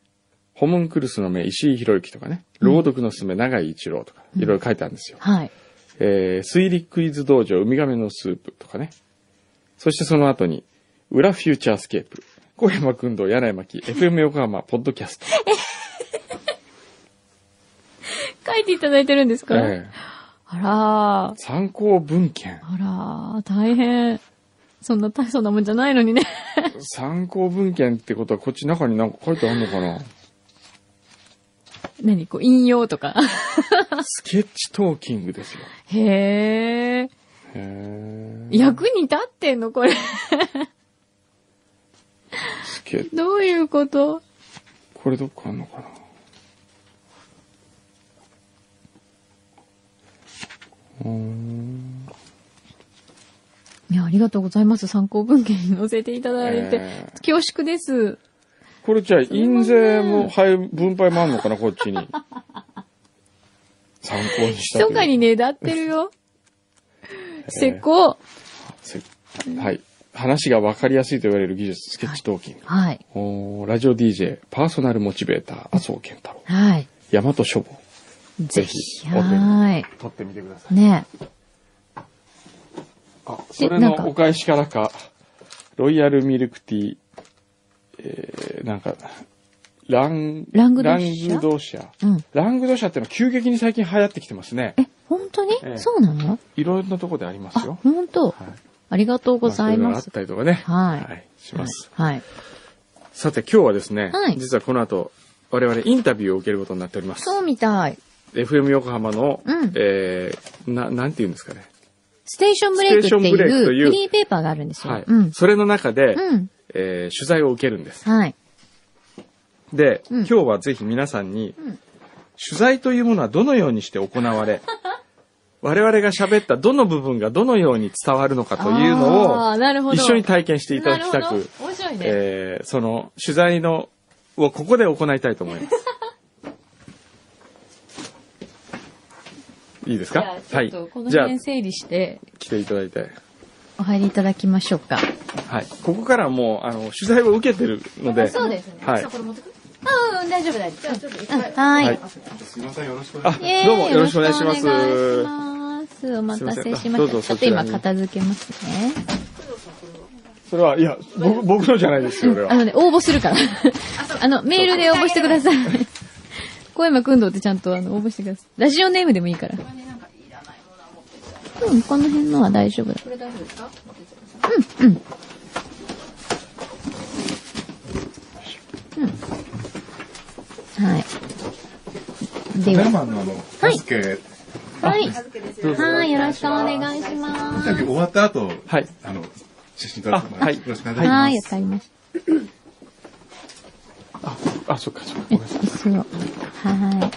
Speaker 1: ホモンクルスの目、石井博之とかね。朗読のすめ、長井一郎とか、いろいろ書いてあるんですよ。
Speaker 2: はい。
Speaker 1: えー、推理クイズ道場、ウミガメのスープとかね。そしてその後に、裏フューチャースケープ、小山君堂、柳井巻、FM 横浜、ポッドキャスト。
Speaker 2: 書いていただいてるんですか、
Speaker 1: えー
Speaker 2: あらー。
Speaker 1: 参考文献。
Speaker 2: あらー、大変。そんな大層なもんじゃないのにね。
Speaker 1: 参考文献ってことは、こっち中になんか書いてあるのかな
Speaker 2: 何こう、引用とか。
Speaker 1: スケッチトーキングですよ。
Speaker 2: へー。
Speaker 1: へー
Speaker 2: 役に立ってんのこれ。
Speaker 1: スケ
Speaker 2: どういうこと
Speaker 1: これどっかあんのかなうーん
Speaker 2: いや、ありがとうございます。参考文献に載せていただいて。
Speaker 1: えー
Speaker 2: 恐縮です。
Speaker 1: これじゃあ、印税も配分配もあんのかな、こっち に。参考にしたという
Speaker 2: 密かに。ねだってるよ。せっこ
Speaker 1: せはい。話が分かりやすいと言われる技術、スケッチトーキング。
Speaker 2: はい。
Speaker 1: おーラジオ DJ、パーソナルモチベーター、麻生健太郎、
Speaker 2: はい。
Speaker 1: 大和書房。
Speaker 2: ぜひ。
Speaker 1: ぜひお手に
Speaker 2: は
Speaker 1: 撮ってみてください
Speaker 2: い。ね
Speaker 1: あ、それ
Speaker 2: なんか
Speaker 1: のお返しからか、ロイヤルミルクティー、えー、なんか、ラン、
Speaker 2: ラングド
Speaker 1: ラ
Speaker 2: シャ
Speaker 1: ングドシャ。
Speaker 2: うん。
Speaker 1: ラングドシャってのは急激に最近流行ってきてますね。
Speaker 2: え、本当に、
Speaker 1: ええ
Speaker 2: そうなの
Speaker 1: いろんなとこでありま
Speaker 2: あ、
Speaker 1: すよ。
Speaker 2: 本当、
Speaker 1: はい。
Speaker 2: ありがとうござい
Speaker 1: まあろ
Speaker 2: ま
Speaker 1: ろあっ
Speaker 2: す。
Speaker 1: たりとかね。
Speaker 2: はい
Speaker 1: します。
Speaker 2: はい。はい
Speaker 1: さて今日はですね、
Speaker 2: はい
Speaker 1: 実はこの後、我々インタビューを受けることになっております。
Speaker 2: そうみたい。
Speaker 1: FM 横浜の、
Speaker 2: うん
Speaker 1: えー、な、なんて言うんですかね。
Speaker 2: ステーションブレイクって
Speaker 1: ステーションブレイクとい
Speaker 2: いううフリーペーパーがあるんですよ。
Speaker 1: はい。
Speaker 2: うん。
Speaker 1: それの中で、
Speaker 2: うん。
Speaker 1: えー取材を受けるんです。
Speaker 2: はい。
Speaker 1: で、
Speaker 2: う
Speaker 1: 今
Speaker 2: ん
Speaker 1: 日はぜひ皆さんに、
Speaker 2: うん
Speaker 1: 取材というものはどのようにして行わ れ、我々が喋ったどの部分がどのように伝わるのかという
Speaker 2: あー
Speaker 1: の
Speaker 2: なるほ
Speaker 1: を、
Speaker 2: ど
Speaker 1: 一緒に体験していただきた
Speaker 2: なる
Speaker 1: く、
Speaker 2: ほど面白いね。
Speaker 1: えーその取材の、をここで行いたいと思い ます。いいですか
Speaker 2: じゃ
Speaker 1: は
Speaker 2: あ、
Speaker 1: い
Speaker 2: ちょっとこの。
Speaker 1: じゃあ
Speaker 2: 辺、整理して、
Speaker 1: 来ていただいて。
Speaker 2: お入りいただきましょうか。
Speaker 1: はい。ここからはもう、あの、取材を受けてるので。
Speaker 2: そうですね。
Speaker 1: はい
Speaker 2: あ。うん、大丈夫、大丈夫。
Speaker 1: は
Speaker 2: はいい。
Speaker 3: すみません、よろしくお願いし
Speaker 1: あ、
Speaker 2: イエーイ
Speaker 1: どうもよろしくお願いしま
Speaker 2: よろしくお
Speaker 1: す。
Speaker 2: 願いしますお待たせ
Speaker 1: すい
Speaker 2: し
Speaker 1: ませ
Speaker 2: ま
Speaker 1: んあどうぞ
Speaker 2: した。ちょっ
Speaker 1: そ
Speaker 2: と
Speaker 1: ちら
Speaker 2: 今
Speaker 1: に
Speaker 2: 片付けますね。
Speaker 1: それは、いや、僕、僕のじゃないですよ、俺
Speaker 2: あ
Speaker 1: は。
Speaker 2: のね、応募するから。あの、メールで応募してください。小山くんどうってちゃんとあの応募してください。ラジオネームでもいいから。うん、この辺のは大丈夫だ。これ大丈夫ですかうん、うん。うん。はい。で
Speaker 3: ます。
Speaker 2: は、
Speaker 3: マンのあの、
Speaker 2: は
Speaker 3: バ
Speaker 2: い
Speaker 3: スケ、
Speaker 2: はい。
Speaker 1: どうぞ
Speaker 2: はい、よろしくお願いし
Speaker 3: イン
Speaker 2: ます。
Speaker 3: タビュー終わった後、
Speaker 1: はい。
Speaker 3: あの、写真撮らせてもら
Speaker 1: あはいい
Speaker 3: ます。よろしくお願いします。
Speaker 2: はい、わかりまし
Speaker 1: あ、あ、そっか、そっか、ご
Speaker 2: た。
Speaker 1: め
Speaker 2: え
Speaker 1: んなさい。
Speaker 2: 椅子を。は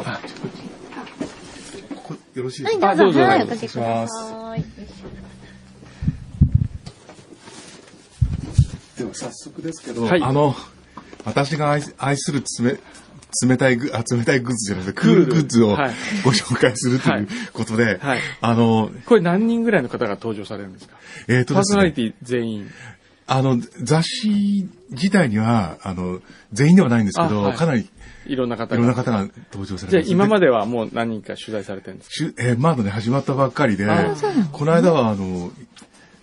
Speaker 1: あちょっ
Speaker 3: ここよろしい
Speaker 2: い。は
Speaker 3: です
Speaker 2: い、
Speaker 3: か
Speaker 1: あど
Speaker 2: ど
Speaker 1: う
Speaker 2: う
Speaker 1: ぞ
Speaker 2: ぞ、はい、
Speaker 1: お
Speaker 2: お
Speaker 1: 願
Speaker 2: か
Speaker 1: い
Speaker 2: け
Speaker 3: し
Speaker 2: くだ
Speaker 3: ます
Speaker 2: さい。
Speaker 3: では早速ですけど、
Speaker 1: はい
Speaker 3: あの、私が愛す愛する冷、冷たいグ、あ、冷たいグッズじゃなくて、クー
Speaker 1: ール
Speaker 3: ルグッズを
Speaker 1: はい
Speaker 3: ご紹介すると
Speaker 1: はいいう
Speaker 3: ことで、
Speaker 1: はい
Speaker 3: あの、
Speaker 1: とこれ何人ぐらいの方が登場されるんですか
Speaker 3: えっ、と
Speaker 1: パー
Speaker 3: です
Speaker 1: ソナリ
Speaker 3: ね、
Speaker 1: ティ全員。
Speaker 3: あの、雑誌自体には、あの、全員ではないんですけ
Speaker 1: あ
Speaker 3: ど、
Speaker 1: はい
Speaker 3: かなりい
Speaker 1: いろんな方
Speaker 3: ろんな
Speaker 1: が。
Speaker 3: 方が登場され
Speaker 1: じゃあ
Speaker 3: て
Speaker 1: 今まではもう何人か取材されてるんです
Speaker 3: しゅえー、まだね、始まったばっかりで
Speaker 1: あそうな、
Speaker 3: この間は、あの、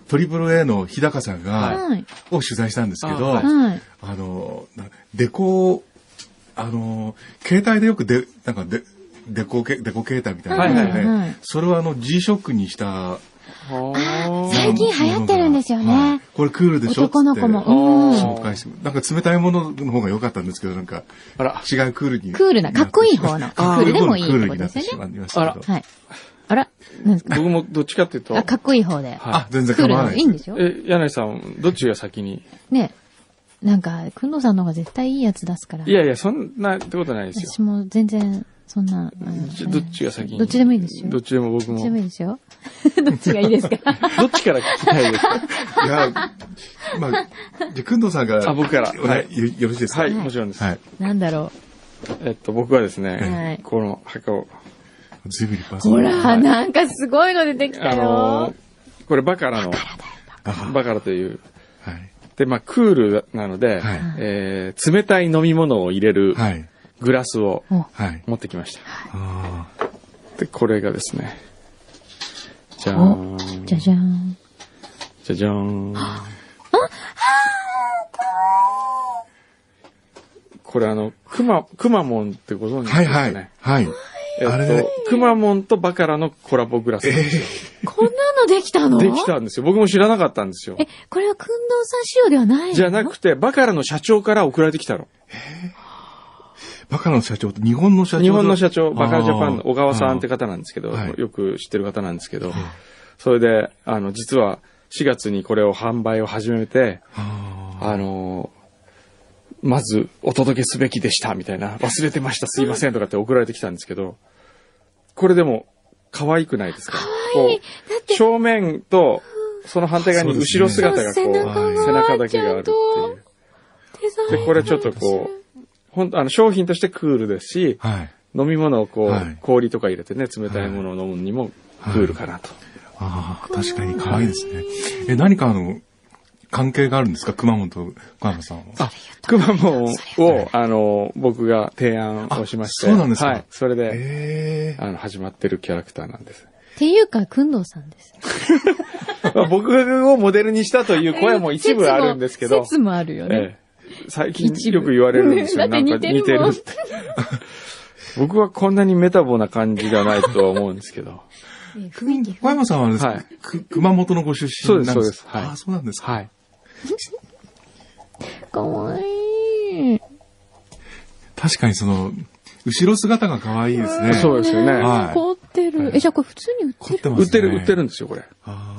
Speaker 3: トリプル A の日高さんが、
Speaker 2: はい。
Speaker 3: を取材したんですけ
Speaker 1: あ
Speaker 3: ど、あ,、
Speaker 1: は
Speaker 2: はい。
Speaker 3: の、なデコ、あの、携帯でよくで、なんかで、デコけ、デコ携帯みたいなのがあって
Speaker 1: はい
Speaker 2: はいはい
Speaker 3: それをあの、G ショックにした、
Speaker 1: かは
Speaker 2: 最近流行ってるんですよね
Speaker 3: はいこれクールでしょ
Speaker 2: 男の子
Speaker 3: つって
Speaker 2: も。うん。
Speaker 1: あ
Speaker 3: 紹介して、なんか冷たいものの方が良かったんですけど、なんか、
Speaker 1: あら、
Speaker 3: 違うクールに。
Speaker 2: クールな、かっこいい方の。ク
Speaker 1: あー
Speaker 2: ールでもいいっ
Speaker 3: クー
Speaker 2: て
Speaker 3: ル
Speaker 2: こ
Speaker 3: に
Speaker 2: と
Speaker 3: な
Speaker 2: で
Speaker 3: って
Speaker 2: す
Speaker 3: し
Speaker 2: よ
Speaker 3: まい
Speaker 2: ね。
Speaker 3: ましたけど。
Speaker 2: はい。あら、なんですか
Speaker 1: 僕もどっちかっていうと、
Speaker 2: あ、かっこいい方で。
Speaker 3: あ、全然
Speaker 2: クール
Speaker 3: 構わ
Speaker 2: な
Speaker 3: な
Speaker 2: の
Speaker 3: い
Speaker 2: いいんでしょ
Speaker 1: え、柳井さん、どっちが先に
Speaker 2: ね。なんか、くんどうさんの方が絶対いいやつ出すから。
Speaker 1: いやいや、そんなってことないですよ。
Speaker 2: 私も全然、そんな。あの
Speaker 1: ちょどっちが先に
Speaker 2: どっちでもいいですよ。
Speaker 1: どっちでも僕
Speaker 2: どっ
Speaker 1: も
Speaker 2: ち。でもいいですよ。 どっちがいいですか
Speaker 1: どっちから聞きたいですか
Speaker 3: いや、まあ、じゃあ、くんどうさんが、
Speaker 1: あ僕から
Speaker 3: お願いよよろしいですか
Speaker 1: はい、もちろんです。
Speaker 3: はい。
Speaker 2: なんだろ
Speaker 1: えっと、僕はです
Speaker 2: は
Speaker 1: ね
Speaker 2: い、
Speaker 1: この墓を、
Speaker 3: ずいぶん立派
Speaker 2: う。
Speaker 3: な
Speaker 2: ほら、なんかすごいの出てきた
Speaker 1: あの
Speaker 2: よ
Speaker 1: ー。、これバカラの、
Speaker 3: あ
Speaker 1: バカラという、
Speaker 3: はい。
Speaker 1: で、まあ、クールなので、
Speaker 3: はい
Speaker 1: えー冷たい飲み物を入れる
Speaker 3: はい。
Speaker 1: グラスを
Speaker 2: お
Speaker 3: はい。
Speaker 1: 持ってきました。
Speaker 3: あ
Speaker 1: で、これがですね、じゃ
Speaker 2: お
Speaker 1: ーん、
Speaker 2: じゃじゃーん。
Speaker 1: じゃじゃーん。これあの、くま、くまモンってご存知
Speaker 3: ー
Speaker 1: です
Speaker 3: は
Speaker 1: か
Speaker 3: い
Speaker 1: ね
Speaker 3: はい。はい。
Speaker 1: えっ
Speaker 3: あれ
Speaker 1: と、くまモンとバカラのコラボグラス。で
Speaker 2: こんなのできたの
Speaker 1: きたんですよ。僕も知らなかったんですよ
Speaker 2: え。、これはくんどうさん仕様ではないの
Speaker 1: じゃなくて、バカラの社長から送られてきたの。
Speaker 3: バカの社長と日本の社長。
Speaker 1: 日本の社長、バカラジャパンの小川さんって
Speaker 3: か。
Speaker 1: 方なんですけど、
Speaker 3: はい
Speaker 1: よく知ってる方なんですけど、それで、あの、実は4月にこれを販売を始めて、
Speaker 3: あ
Speaker 1: あの、まずお届けすべきでした、みたいな、忘れてました、すいません、とかって送られてきたんですけど、これでも、可愛くないですか可愛い正面と、その反対側に後ろ姿がこ
Speaker 2: そう
Speaker 1: う、
Speaker 2: です
Speaker 3: ねそう
Speaker 1: 背中だけがあるっていう。
Speaker 2: 背中がデザイン
Speaker 1: で、これちょっとこう、ほんあの、商品としてクールですし、
Speaker 3: あ。はい。
Speaker 1: 飲み物をこう、
Speaker 3: はい
Speaker 1: 氷とか入れてね、冷たいものを飲むにもクールかなと。
Speaker 3: ああ、確かに可愛いですね。え、何かあの、関係があるんですか熊本と小山さんは。あ、
Speaker 1: くまモンを、あの、僕が提案をしまして。
Speaker 3: あそうなんですか
Speaker 1: はい。それで、
Speaker 3: ええ。
Speaker 1: あの、始まってるキャラクターなんです。
Speaker 2: っていうか、くんどうさんです。
Speaker 1: まあ僕をモデルにしたという声も一部あるんですけど、
Speaker 2: 説もあるよね。
Speaker 1: ええ最近よく言われるんですよ。
Speaker 2: だって似てるも
Speaker 1: な
Speaker 2: ん
Speaker 1: んか似てるって。僕はこんなにメタボな感じがないとは思うんですけど。
Speaker 2: え雰囲気。
Speaker 3: 小山さんはあれですか、
Speaker 1: はい
Speaker 3: く熊本のご出身なん
Speaker 1: そう
Speaker 3: で
Speaker 1: です
Speaker 3: す
Speaker 1: そう
Speaker 3: か
Speaker 1: ですはい
Speaker 3: ああ、そうなんですか。
Speaker 1: はい。
Speaker 2: かわいい。
Speaker 3: 確かにその、後ろ姿が可愛いですね。
Speaker 1: そうですよね
Speaker 2: え
Speaker 3: はい
Speaker 2: 凍ってる。え、じゃあこれ普通に売って
Speaker 3: 凝っ
Speaker 2: る
Speaker 3: てますね。
Speaker 1: 売ってる、売ってるんですよ、これ。
Speaker 3: あ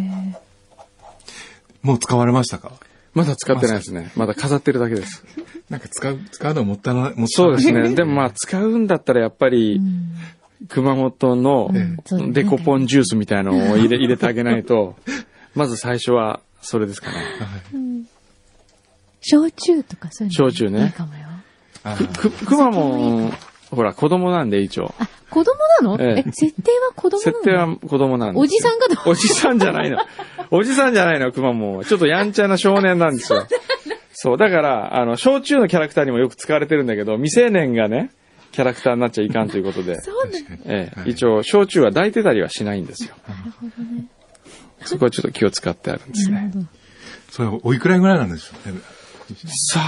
Speaker 3: ー。もう使われましたか
Speaker 1: まだ使ってないですね。まだ飾ってるだけです。
Speaker 3: なんか使う、使うのはもったいない、もったい
Speaker 1: そう
Speaker 3: な
Speaker 1: で
Speaker 3: い。
Speaker 1: す ね。でもまあ、使うんだったらやっぱり
Speaker 2: う、ん
Speaker 1: 熊本の
Speaker 2: うんそうだね
Speaker 1: デコポンジュースみたいなのを入れ入れてあげないと、まず最初はそれですかね。
Speaker 3: はい
Speaker 2: 焼酎とかそういうの。
Speaker 1: 焼酎ね
Speaker 2: いいかもよ。
Speaker 3: あー
Speaker 1: く、熊も、ほら、子供なんで一応。
Speaker 2: あ、子供なの
Speaker 1: え
Speaker 2: え
Speaker 1: え、
Speaker 2: 設定は子供なの
Speaker 1: 設定は子供なんですよ。
Speaker 2: おじさんかと
Speaker 1: おじさんじゃないの。おじさんじゃないの、熊も。ちょっとやんちゃな少年なんですよ。そう、だから、あの、小中のキャラクターにもよく使われてるんだけど、未成年がね、キャラクターになっちゃいかんということで、
Speaker 2: そうなの
Speaker 3: 確かに
Speaker 1: え
Speaker 3: は
Speaker 1: え、
Speaker 3: い
Speaker 1: 一応、小中は抱いてたりはしないんですよ。
Speaker 2: なるほどね。
Speaker 1: そこはちょっと気を使ってあるんです
Speaker 2: なる
Speaker 1: ね。
Speaker 2: ほど。
Speaker 3: それ、おいくらぐらいなんでしょうね。
Speaker 1: さ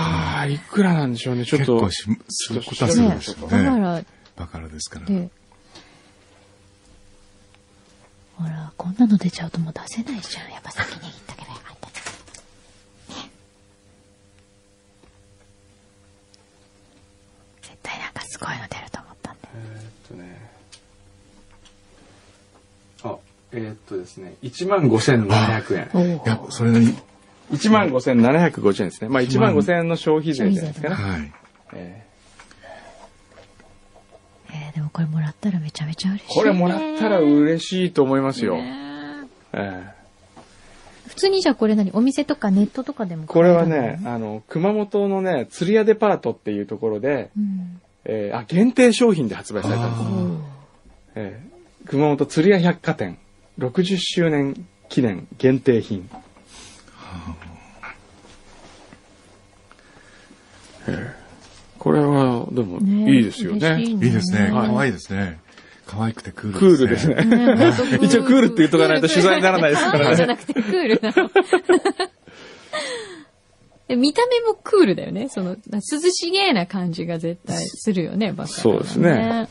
Speaker 1: あ、いくらなんでしょうね、ちょっ
Speaker 3: 結
Speaker 1: と。
Speaker 3: 構し、することはするん
Speaker 2: ね
Speaker 3: でしょう
Speaker 2: だか
Speaker 3: ね。
Speaker 2: ら、
Speaker 3: バカラですから。
Speaker 2: で、ほら、こんなの出ちゃうともう出せないじゃん。やっぱ先に言っとけばよかった。絶対なんかすごいの出ると思ったんだよ。
Speaker 1: えーっとね。あ、えーっとですね、15,700円。
Speaker 2: お
Speaker 3: いや、それなりに、
Speaker 1: 15,750円ですね。まあ1万5,000円の消費税じゃないですかね。
Speaker 3: はい。
Speaker 1: えー
Speaker 2: えーでもこれもらったらめちゃめちゃ嬉しい、ね。
Speaker 1: これもらったら嬉しいと思いますよ。
Speaker 2: ね
Speaker 1: えー
Speaker 2: 普通にじゃあこれ何お店とかネットとかでも
Speaker 1: こ
Speaker 2: 買
Speaker 1: れ
Speaker 2: え
Speaker 1: は
Speaker 2: たの
Speaker 1: ね、あの、熊本のね、釣り屋デパートっていうところで、
Speaker 2: うん。
Speaker 1: えーあ、限定商品で発売されたんです
Speaker 3: あ
Speaker 1: よ
Speaker 3: ー。
Speaker 1: えー熊本釣り屋百貨店、60周年記念限定品。えーこれは、でも、いいですよね。
Speaker 2: 嬉し
Speaker 3: いいですね。
Speaker 2: はい
Speaker 3: 可愛いですね。可愛くてクー
Speaker 1: クールで
Speaker 3: ルですすね。
Speaker 1: ね。
Speaker 2: ね
Speaker 1: 一応クールって言っとかないと取材にならないですからね
Speaker 2: クールじゃなくてクールなの。 で見た目もクールだよね。その、涼しげな感じが絶対するよね、バカラは
Speaker 1: そうですね。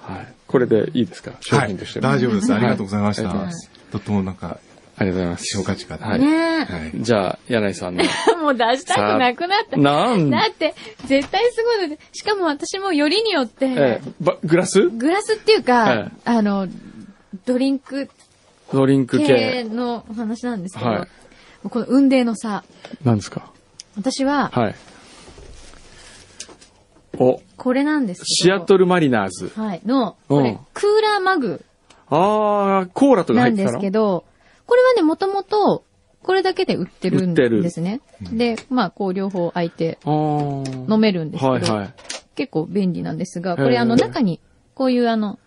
Speaker 1: はい。これでいいですか商
Speaker 3: は
Speaker 1: 品
Speaker 3: い
Speaker 1: として。も
Speaker 3: 大丈夫です。ありがとうございまし
Speaker 1: は
Speaker 3: た
Speaker 1: い。
Speaker 3: とってもなんか、
Speaker 1: ありがとうございます。
Speaker 3: 評価値があって
Speaker 1: はい
Speaker 2: ね
Speaker 3: はい。
Speaker 1: じゃあ、柳井さんの。
Speaker 2: え。もう出したく なくなった。
Speaker 1: なん
Speaker 2: だって、絶対すごいので、しかも私もよりによって
Speaker 1: え、ーばグラス
Speaker 2: グラスっていうか
Speaker 1: え、
Speaker 2: あの、ドリンク
Speaker 1: ドリンク
Speaker 2: 系
Speaker 1: 系。
Speaker 2: のお話なんですけど、
Speaker 1: はい
Speaker 2: もうこの運命の差。
Speaker 1: なんですか
Speaker 2: 私は、
Speaker 1: はい。お、
Speaker 2: これなんですけど。
Speaker 1: シアトルマリナーズ。
Speaker 2: はい、の、
Speaker 1: うん
Speaker 2: これ、クーラーマグ
Speaker 1: あー、コーラとか
Speaker 2: な
Speaker 1: 入っ
Speaker 2: ん
Speaker 1: て
Speaker 2: で
Speaker 1: た
Speaker 2: す
Speaker 1: の
Speaker 2: けど、これはね、もともと、これだけで売ってるん
Speaker 1: 売ってる
Speaker 2: ですね。で、まあ、こう、両方開いて
Speaker 1: あー。
Speaker 2: 飲めるんですけど、
Speaker 1: はいはい。
Speaker 2: 結構便利なんですが、
Speaker 1: へ
Speaker 2: こ
Speaker 1: ー
Speaker 2: れ、あの、中に、こういう、あの、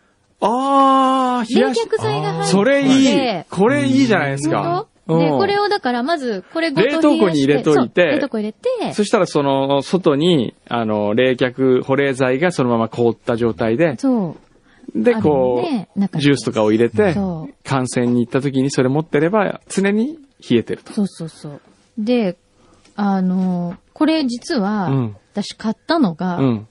Speaker 1: あー、冷
Speaker 2: 冷
Speaker 1: やし。
Speaker 2: 却剤が入ってて、
Speaker 1: それいい。これいいじゃないです
Speaker 2: 本
Speaker 1: か。
Speaker 2: 当で、
Speaker 1: うん
Speaker 2: これをだから、まず、これごと冷やして
Speaker 1: 冷凍庫に入れといて
Speaker 2: そう冷凍庫入れて、
Speaker 1: そしたらその、外に、あの、冷却、保冷剤がそのまま凍った状態で、
Speaker 2: そう。
Speaker 1: で、
Speaker 2: あの
Speaker 1: こ
Speaker 2: ね中
Speaker 1: う、
Speaker 2: に
Speaker 1: ジュースとかを入れて
Speaker 2: そう、
Speaker 1: 感染に行った時にそれ持ってれば、常に冷えてると。
Speaker 2: そうそうそう。で、あの、これ実は、
Speaker 1: うん
Speaker 2: 私買ったのが、
Speaker 1: うん。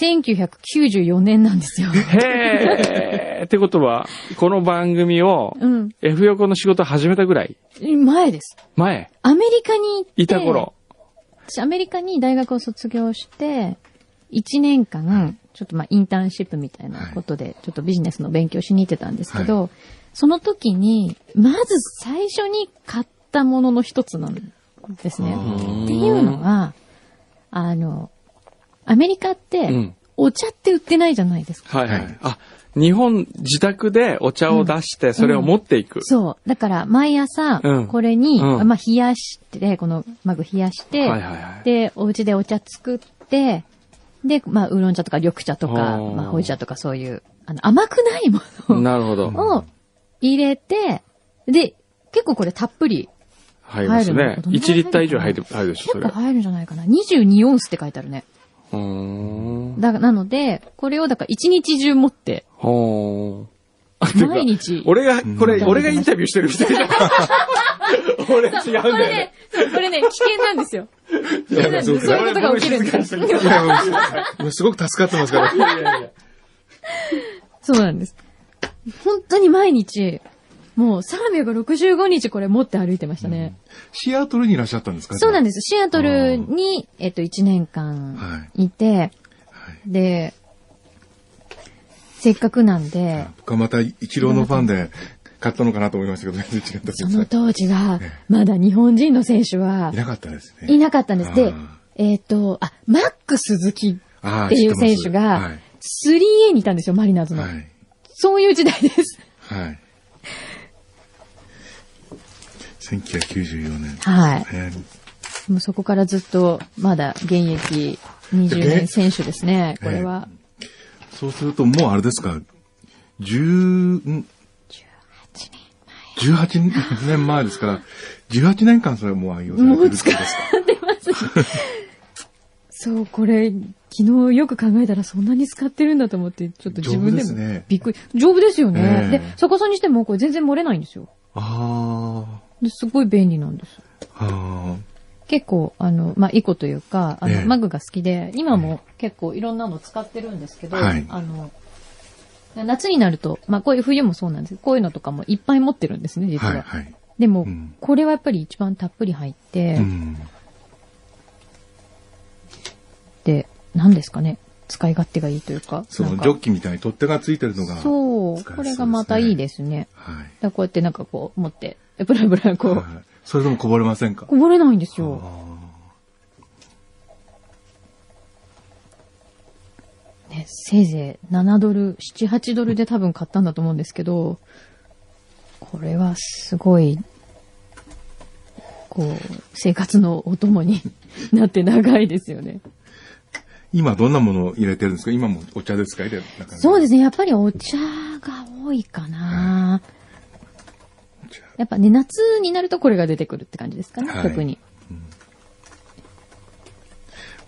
Speaker 2: 1994年なんですよ。
Speaker 1: へーってことは、この番組を、
Speaker 2: うん
Speaker 1: F 横の仕事始めたぐらい
Speaker 2: 前です。
Speaker 1: 前
Speaker 2: アメリカに行って、
Speaker 1: いた頃。
Speaker 2: 私アメリカに大学を卒業して、1年間、ちょっとまあインターンシップみたいなことで、ちょっとビジネスの勉強しに行ってたんですけど、その時に、まず最初に買ったものの一つなんですね。
Speaker 1: ん
Speaker 2: っていうのは、あの、アメリカって、
Speaker 1: うん
Speaker 2: お茶って売ってないじゃないですか。
Speaker 1: はいは
Speaker 3: はいい。
Speaker 1: あ、日本自宅でお茶を出して、それを持っていく。
Speaker 2: そう。だから、毎朝
Speaker 1: うん、
Speaker 2: これに、
Speaker 1: うん
Speaker 2: まあ、冷やして、このマグ冷やして、
Speaker 1: はいはいはい。
Speaker 2: で、お家でお茶作って、で、まあ、ウーロン茶とか緑茶とか、
Speaker 1: あー
Speaker 2: まあ、ほい茶とかそういう、あの、甘くないもの
Speaker 1: なるほど。
Speaker 2: を入れて、で、結構これたっぷり、
Speaker 1: 入ります
Speaker 2: 入る
Speaker 1: ね
Speaker 2: の。どんぐらい入る
Speaker 1: 1
Speaker 2: の
Speaker 1: リッター以上入る入るでしょ、そ
Speaker 2: 結
Speaker 1: れ。
Speaker 2: 構
Speaker 1: う
Speaker 2: 入るんじゃないかな。22オンスって書いてあるね。
Speaker 1: ーん。
Speaker 2: だなので、これをだから一日中持って、
Speaker 1: ほーっていうか
Speaker 2: 毎日
Speaker 1: 俺が、これ、
Speaker 3: うん
Speaker 1: 俺がインタビューしてるみたいな。俺違うんだ
Speaker 2: これ
Speaker 1: よね
Speaker 2: ね。、そうこれね、危険なんですよ。
Speaker 1: いや
Speaker 2: そうそういうことが起きるん
Speaker 1: 俺も静
Speaker 2: だ
Speaker 1: かにし
Speaker 3: い
Speaker 1: て
Speaker 3: やもうもうすごく助かってますから。
Speaker 1: いやいやいや
Speaker 2: そうなんです。本当に毎日、もう365日これ持って歩いてましたね。
Speaker 3: シアトルにいらっしゃったんですか
Speaker 2: そうなん
Speaker 3: で
Speaker 2: です。シアトルに、えっと、1年間いて、
Speaker 3: す。はい
Speaker 2: で、せっかくなんで、
Speaker 3: 僕はまたイチローのファンで買ったのかなと思いましたけど、全然違ったです
Speaker 2: その当時は
Speaker 3: え、
Speaker 2: まだ日本人の選手はい
Speaker 3: なかったですね。
Speaker 2: いなかったんです。で
Speaker 3: あー、
Speaker 2: えっと、あ、マック鈴木
Speaker 3: あー
Speaker 2: っていう
Speaker 3: 知
Speaker 2: 選
Speaker 3: ます
Speaker 2: 手
Speaker 3: は
Speaker 2: が
Speaker 3: い。、
Speaker 2: 3A にいたんですよ、マリナーズの
Speaker 3: は。い。
Speaker 2: そういう時代です。
Speaker 3: はい。1994年。
Speaker 2: はい。
Speaker 3: えー
Speaker 2: もうそこからずっと、まだ現役20年選手ですね、これは。
Speaker 3: そうすると、もうあれですか、10、18年前ですから、18年間それはもう愛用されてるってことですか。
Speaker 2: そう、これ、昨日よく考えたらそんなに使ってるんだと思って、ちょっと自分で
Speaker 3: 丈夫です
Speaker 2: も
Speaker 3: ね
Speaker 2: びっくり。丈夫ですよね。
Speaker 3: ええ
Speaker 2: で、逆さにしてもこれ全然漏れないんですよ。
Speaker 3: あ
Speaker 2: ですごい便利なんです。
Speaker 3: あ、あ
Speaker 2: 結構、あの、まあ、イコというか、あの、
Speaker 3: ええ
Speaker 2: マグが好きで、今も結構いろんなの使ってるんですけど、
Speaker 3: はい
Speaker 2: あの、夏になると、まあ、こういう冬もそうなんですけど、こういうのとかもいっぱい持ってるんですね、
Speaker 3: あ、
Speaker 2: 実は。
Speaker 3: はい、はい。
Speaker 2: でも、
Speaker 3: うん
Speaker 2: これはやっぱり一番たっぷり入って、
Speaker 3: うん。
Speaker 2: で、何ですかね、使い勝手がいいというか。
Speaker 3: そ
Speaker 2: なん
Speaker 3: の
Speaker 2: か
Speaker 3: ジョッキみたいに取っ手がついてるのが、
Speaker 2: そう、
Speaker 3: 使えそうですね
Speaker 2: これがまたいいですね。
Speaker 3: はい。
Speaker 2: だからこうやってなんかこう持って、ブラブラこう、
Speaker 3: はいそれでもこぼれませんか
Speaker 2: こぼれないんです
Speaker 3: あ
Speaker 2: よ。
Speaker 3: ー
Speaker 2: ね、せいぜい7ドル、7、8ドルで多分買ったんだと思うんですけど、これはすごい、こう、生活のお供 になって長いですよね。
Speaker 3: 今どんなものを入れてるんですか今もお茶ですか入れなんか
Speaker 2: そうですすね、やっぱりお茶が多いかな。やっぱね、夏になるとこれが出てくるって感じですかね、
Speaker 3: はい
Speaker 2: 特に。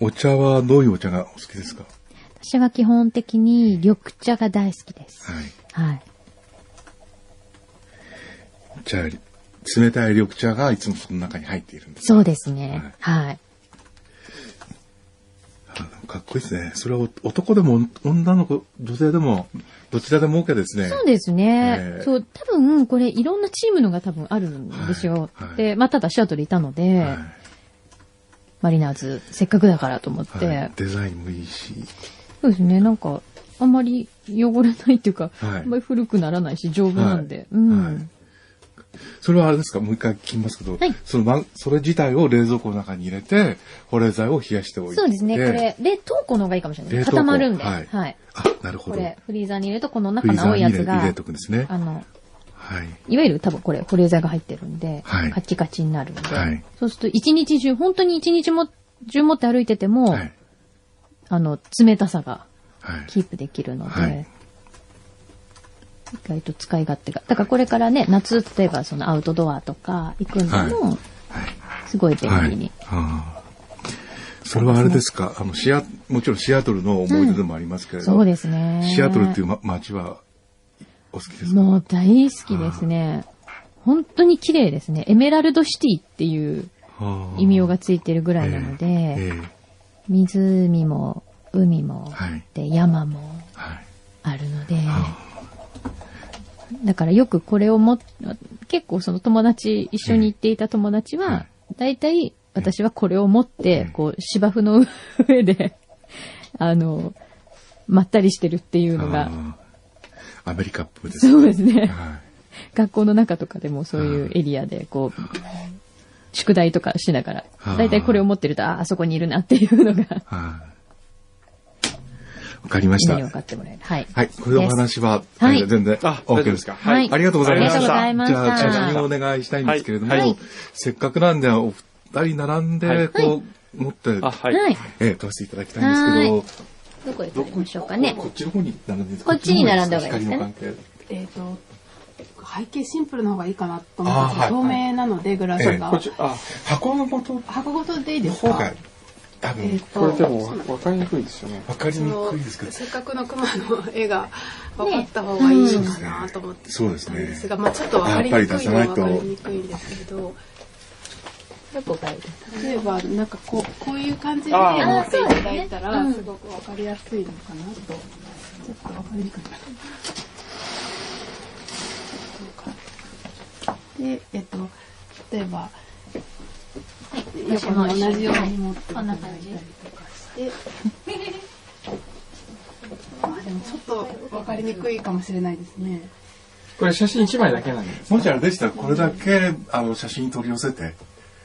Speaker 3: お茶はどういうお茶がお好きですか
Speaker 2: 私は基本的に緑茶が大好きです。
Speaker 3: はい。
Speaker 2: はい。
Speaker 3: 茶より冷たい緑茶がいつもその中に入っているんです。
Speaker 2: そうですね。はい。
Speaker 3: あかっこいいですね。それはお男でも女の子、女性でも、どちらでも OK ですね。
Speaker 2: そうですね
Speaker 3: え。え
Speaker 2: そう、多分、これ、いろんなチームのが多分あるんですよ
Speaker 3: はいは。い
Speaker 2: で、まあ、ただシアトルいたので、
Speaker 3: は
Speaker 2: マリナーズ、せっかくだからと思っ
Speaker 3: い
Speaker 2: て、
Speaker 3: はいデザインもいいし。
Speaker 2: そうですね、なんか、あんまり汚れないっていうか、
Speaker 3: はい
Speaker 2: あんまり古くならないし、丈夫なんで。
Speaker 3: はい
Speaker 2: うん。
Speaker 3: はいそれはあれですかもう一回聞きますけど、
Speaker 2: はい
Speaker 3: そのま、それ自体を冷蔵庫の中に入れて、保冷剤を冷やしておいて。
Speaker 2: そうですね、これ、冷凍庫の方がいいかもしれな
Speaker 3: 冷
Speaker 2: い。
Speaker 3: 凍庫
Speaker 2: 固まるんで。
Speaker 3: はい
Speaker 2: はい。
Speaker 3: あ、なるほ
Speaker 2: こ
Speaker 3: ど。
Speaker 2: れ、フリーザーに入れると、この
Speaker 3: フ
Speaker 2: 中
Speaker 3: リー
Speaker 2: の
Speaker 3: ザー
Speaker 2: 青い
Speaker 3: に
Speaker 2: や
Speaker 3: 入れ
Speaker 2: つ
Speaker 3: 入れ
Speaker 2: が
Speaker 3: と、くんですね。
Speaker 2: あの、
Speaker 3: はい。
Speaker 2: いわゆる多分これ保冷剤が入ってるんで、
Speaker 3: はい
Speaker 2: カチカチになるんで、
Speaker 3: はい
Speaker 2: そうすると一日中、本当に一日も中持って歩いてても、
Speaker 3: はい。
Speaker 2: あの、冷たさが
Speaker 3: はい。
Speaker 2: キープできるので、
Speaker 3: はい
Speaker 2: 意外と使い勝手が。だからこれからね、夏、例えばそのアウトドアとか行くのも、すごい便利に。
Speaker 3: あーそれはあれですかあの、シア、もちろんシアトルの思い出でもありますけれど、
Speaker 2: そうですね。
Speaker 3: シアトルっていうう、ま、街は、お好きですか
Speaker 2: もう大好きですね。本当に綺麗ですね。エメラルドシティっていう意味
Speaker 3: を
Speaker 2: をがついてるぐらいなので、
Speaker 3: ええ
Speaker 2: 湖も海も、
Speaker 3: はい
Speaker 2: で山も
Speaker 3: はい。
Speaker 2: あるので、だからよくこれをも結構その友達一緒に行っていた友達
Speaker 3: は、
Speaker 2: はいだいたい私はこれを持って
Speaker 3: うん、
Speaker 2: こう芝生の上で、 あの、まったりしてるっていうのが、
Speaker 3: あーアメリカっぽいですね。
Speaker 2: そうですね。
Speaker 3: はい。
Speaker 2: 学校の中とかでもそういうエリアで、こう、宿題とかしながら
Speaker 3: あ、ー
Speaker 2: だいたいこれを持ってると、あー、あそこにいるなっていうのが、
Speaker 3: はい。わかりまし
Speaker 2: 意
Speaker 3: た。
Speaker 2: 味を分か
Speaker 3: は
Speaker 2: ってもらえる。はい。
Speaker 3: い。これでお話は、
Speaker 2: はい
Speaker 3: 全然、
Speaker 1: あ
Speaker 3: OK
Speaker 1: 大丈夫
Speaker 3: で
Speaker 1: ですす
Speaker 3: か
Speaker 1: か。
Speaker 2: はい
Speaker 3: ありがとうございました。
Speaker 1: ありがとうご
Speaker 2: ざいました
Speaker 3: じゃあ、ちなみにお願いしたいんですけれども、
Speaker 1: はい
Speaker 2: はい
Speaker 3: せっかくなんで、お二人並ん
Speaker 1: は
Speaker 3: で、
Speaker 1: い
Speaker 3: こう、持って、
Speaker 1: あ、はい。
Speaker 2: はい。
Speaker 3: ええ、取らせていただきたいんですけ
Speaker 2: どこへ
Speaker 3: ど、
Speaker 2: 取りましょうかね
Speaker 3: こ。っちの方に並んでいいですか
Speaker 2: こっちに並んだ方がいいですかね
Speaker 3: 光の関係
Speaker 4: えっ、と、背景シンプルの方がいいかなと思ったんです
Speaker 3: あー
Speaker 4: けど、
Speaker 3: はい
Speaker 4: 透明なのでグラス
Speaker 3: ええ
Speaker 4: が、
Speaker 1: こっち、あ、
Speaker 3: 箱のこと
Speaker 4: 箱ごとでいいです
Speaker 3: 方
Speaker 4: か
Speaker 3: が、多
Speaker 4: えっ
Speaker 3: 分、
Speaker 4: と、
Speaker 1: これでも
Speaker 4: そうなんです
Speaker 1: わかりにくいですよね。
Speaker 3: わかり
Speaker 4: そ
Speaker 3: に
Speaker 4: の
Speaker 3: くいですけど、
Speaker 4: せっかくの熊の絵が分かった方がいいかなと思って
Speaker 3: そうですね
Speaker 4: たんですが、まあちょっと分かりにくいのは分かりにくいんですけど、
Speaker 2: よく書いて
Speaker 4: 例えばなんかこうこういう感じで
Speaker 1: あー
Speaker 4: 持っていただいた
Speaker 2: あーそうだねう
Speaker 4: ら
Speaker 2: ん
Speaker 4: すごく分かりやすいのかなと。ちょっと分かりにくいかな。で、えっと例えば横も同じように持っていただいたりとかして。あでもちょっと分かりにくいかもしれないですね。
Speaker 1: これ写真1枚だけなんです。
Speaker 3: もしあれでしたらこれだけあの写真取り寄せて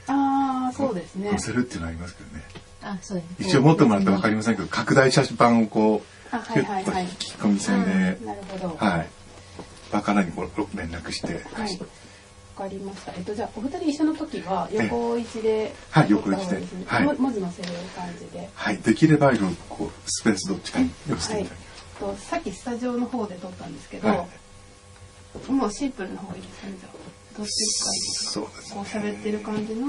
Speaker 4: ああそうですね
Speaker 3: 載。せるっていうのありますけどね
Speaker 2: あ、そうです。
Speaker 3: 一応持ってもらって分かりませんけど拡大写真版をこ
Speaker 4: あ
Speaker 3: う
Speaker 4: は
Speaker 3: キ
Speaker 4: い
Speaker 3: ュ
Speaker 4: はい
Speaker 3: ッと
Speaker 4: はい
Speaker 3: 引。き込み線で、
Speaker 4: なるほど。はい。
Speaker 3: はいバカラにこう連絡して
Speaker 4: わかりました。えっとじゃあお二人一緒の時は横一で。
Speaker 3: はい横一ではい
Speaker 4: も文字載せる感じで。
Speaker 3: はいできればこうスペースどっちかに寄せていただき
Speaker 4: とさっきスタジオの方で撮ったんですけど、
Speaker 3: ます、はい
Speaker 4: もうシンプルの方がいいですね。じゃあどうして
Speaker 3: そうで
Speaker 4: い
Speaker 3: す
Speaker 4: く
Speaker 3: ね
Speaker 4: か。こう喋ってる感じの。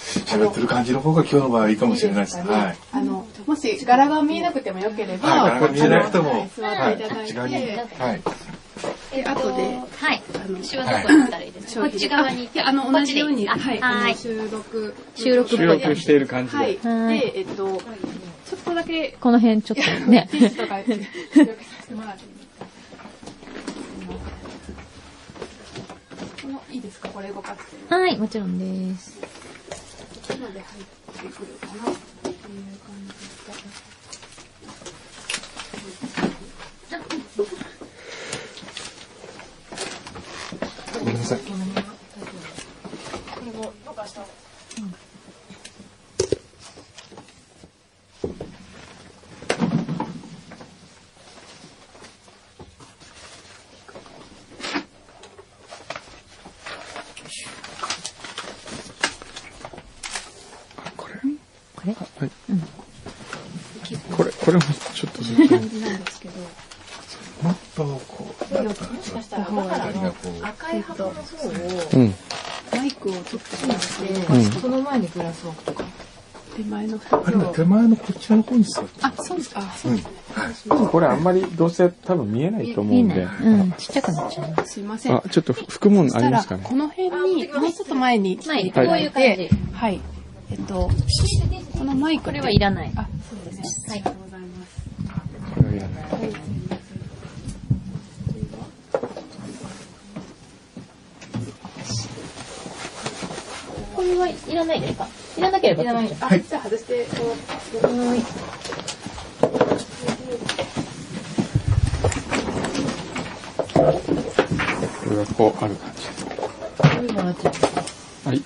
Speaker 3: 喋ってる感じの方が今日の場合いいかもしれないです
Speaker 4: いい
Speaker 3: ね
Speaker 4: ですかね
Speaker 3: はい
Speaker 4: あのもし柄が見えなくてもよければ、
Speaker 3: はい柄が見えなくても
Speaker 4: はい座っていただいて、
Speaker 3: はいこっち側にはい
Speaker 4: で後で。
Speaker 5: はい。
Speaker 4: あの
Speaker 5: 私はどこに行ったらいいですか、
Speaker 4: 商
Speaker 5: こっ
Speaker 4: 品
Speaker 5: ち側に行って。
Speaker 4: ああの
Speaker 5: こ
Speaker 4: 同
Speaker 5: っち
Speaker 4: じ
Speaker 5: で
Speaker 4: ように、
Speaker 5: あ
Speaker 4: はい、
Speaker 5: は
Speaker 4: あ
Speaker 5: ー
Speaker 4: の
Speaker 5: い。
Speaker 4: 収録
Speaker 2: 収録
Speaker 1: 収録している感じ
Speaker 4: はい
Speaker 1: で。
Speaker 2: はい
Speaker 4: でえっとちょっとだけ
Speaker 2: この辺ちょっとね
Speaker 4: テ。ィッシュとか収録させてもらっていいですかこのいいですかこれ動かして
Speaker 2: はい、もちろんです。
Speaker 4: なので入ってくるかなっていう感じです
Speaker 3: ごめんなさい
Speaker 1: これ。
Speaker 2: これ
Speaker 1: はい。これ、これもちょっとずっと。
Speaker 4: 感じなんですけど
Speaker 3: もっとこうなんか
Speaker 5: もしかしたら、だから
Speaker 3: 光がこう
Speaker 5: 赤い箱の方を、
Speaker 1: うん。
Speaker 4: マイクをちょっと出して
Speaker 5: その前にグラスを置くとか。
Speaker 4: 手前の2
Speaker 3: あれだ手前のこっちの方に座って
Speaker 4: あそうですあそうですね、
Speaker 1: これあんまりどうせ多分見えないと思
Speaker 2: 見
Speaker 1: う
Speaker 2: え
Speaker 1: ん
Speaker 2: ない。
Speaker 1: で。
Speaker 2: うん、ちっちゃくなっちゃう。
Speaker 4: すいません
Speaker 1: あ、ちょっと拭くものあ
Speaker 4: そした
Speaker 1: りま
Speaker 4: ら
Speaker 1: すかね
Speaker 4: こ。の辺にもうちょっと前に来
Speaker 2: 前
Speaker 4: て
Speaker 2: に
Speaker 4: いただい
Speaker 5: こういう
Speaker 4: て
Speaker 5: 感
Speaker 4: はいえっとこのマイク
Speaker 2: これ
Speaker 4: で
Speaker 2: はいらない。
Speaker 4: あそうですねありがとうございます
Speaker 1: これはいらない。
Speaker 2: これはいらないですかいらなければ。いらない。
Speaker 4: あ、じゃあ外してこう
Speaker 1: これがこうある感じです。はい。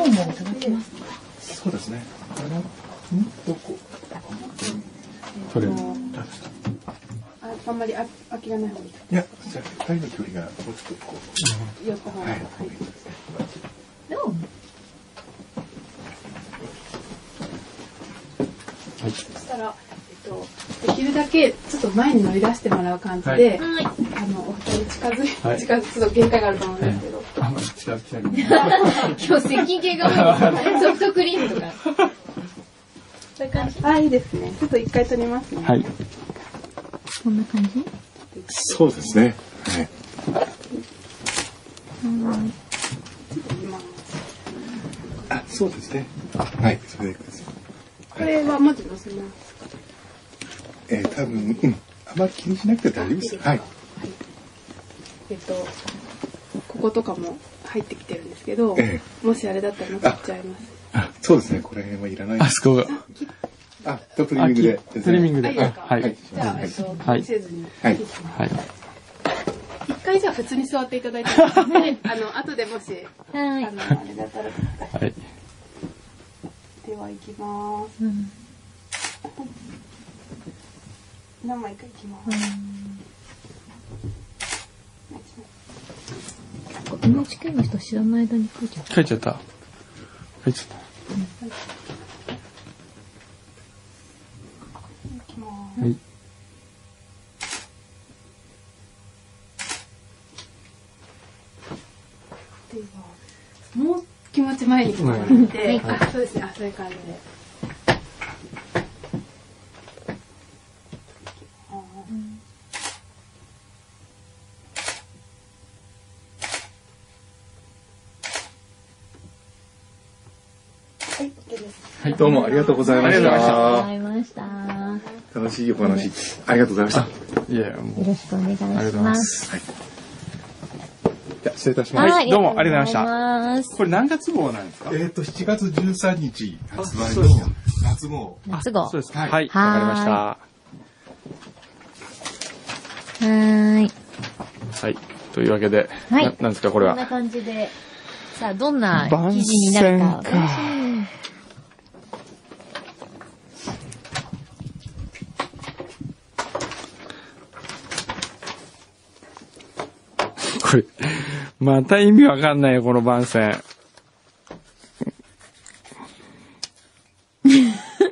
Speaker 3: そうですね
Speaker 1: 取れる。
Speaker 4: ああんまりあ空きがない方がい
Speaker 3: いやじゃあ二人の距離がもうちょっとこ
Speaker 4: い横方
Speaker 3: う
Speaker 4: が
Speaker 3: は
Speaker 4: はいい
Speaker 3: こういうですね
Speaker 4: そしたら、えっと、できるだけちょっと前に乗り出してもらう感じで、あのお二人近づいて、
Speaker 1: はい
Speaker 4: 近づくちょっと限界があると思うんですけど、
Speaker 1: あんまり違う違う。
Speaker 2: 今日、接近系が多いです。ソフトクリームとか。
Speaker 4: あいいですねちょっと一回撮りますね、
Speaker 1: はい。
Speaker 2: こんな感じ
Speaker 3: そうですねはい
Speaker 4: 今
Speaker 3: あそうですねはいそれでいくです
Speaker 4: これは文字載せます
Speaker 3: えー、多分、うん、あまり気にしなくて大丈夫です。はい。
Speaker 4: えっとこことかも入ってきてるんですけど、
Speaker 3: え
Speaker 4: もしあれだったら載せちゃいます
Speaker 3: あ、そうですね。これ辺はいらないで
Speaker 1: あ
Speaker 3: す。
Speaker 1: そこが。
Speaker 3: あ、トリ
Speaker 1: あ
Speaker 3: ミングで。
Speaker 1: きトリミングで。
Speaker 4: はい
Speaker 1: は
Speaker 3: はい
Speaker 1: い。
Speaker 4: じゃあ、えっと、
Speaker 1: はい
Speaker 4: 見せずに、
Speaker 3: はい
Speaker 1: はい。
Speaker 4: 一回じゃあ普通に座っていただいてもいいですねあの後でもしあ
Speaker 2: はい。
Speaker 4: のあれだったら
Speaker 1: はい。
Speaker 4: では行きます。
Speaker 2: うん
Speaker 4: 何枚か行きます。
Speaker 2: NHK の人知らない間に書いちゃう。
Speaker 1: 書いちゃった。書いちゃっ
Speaker 4: 行きま
Speaker 1: た。はい。
Speaker 4: す。前にこうやって、あそうですね、あ、そういう感じで。
Speaker 3: はい、どうもありがとうございまし
Speaker 2: わか
Speaker 3: た。
Speaker 2: りました。よ
Speaker 3: 楽しいお話、ありがとうございました。
Speaker 1: いやいや、もう。
Speaker 2: ろしくお願いし
Speaker 1: ありがとうござい
Speaker 2: ま。
Speaker 1: ますす。
Speaker 3: はい。じゃあ、失礼いたします。
Speaker 1: はい
Speaker 2: はい
Speaker 1: どうもありがとうござい
Speaker 2: ました。
Speaker 1: これ何月号なんですか
Speaker 3: えっ、と、7月13日発売
Speaker 1: あそうです
Speaker 3: の
Speaker 1: か
Speaker 3: 夏号。
Speaker 2: 夏号。
Speaker 1: そう
Speaker 2: は
Speaker 1: ですか。は。
Speaker 3: はい
Speaker 1: わか
Speaker 3: い
Speaker 1: りました。
Speaker 2: ーい。
Speaker 1: はい。というわけで、
Speaker 2: はい
Speaker 1: ななんですか、これ
Speaker 2: こんな
Speaker 1: は。
Speaker 2: 感じで、さあ、どんな
Speaker 1: 番
Speaker 2: 記事になるか
Speaker 1: 宣。か。 これ、また意味わかんないよ、この番宣。
Speaker 2: こ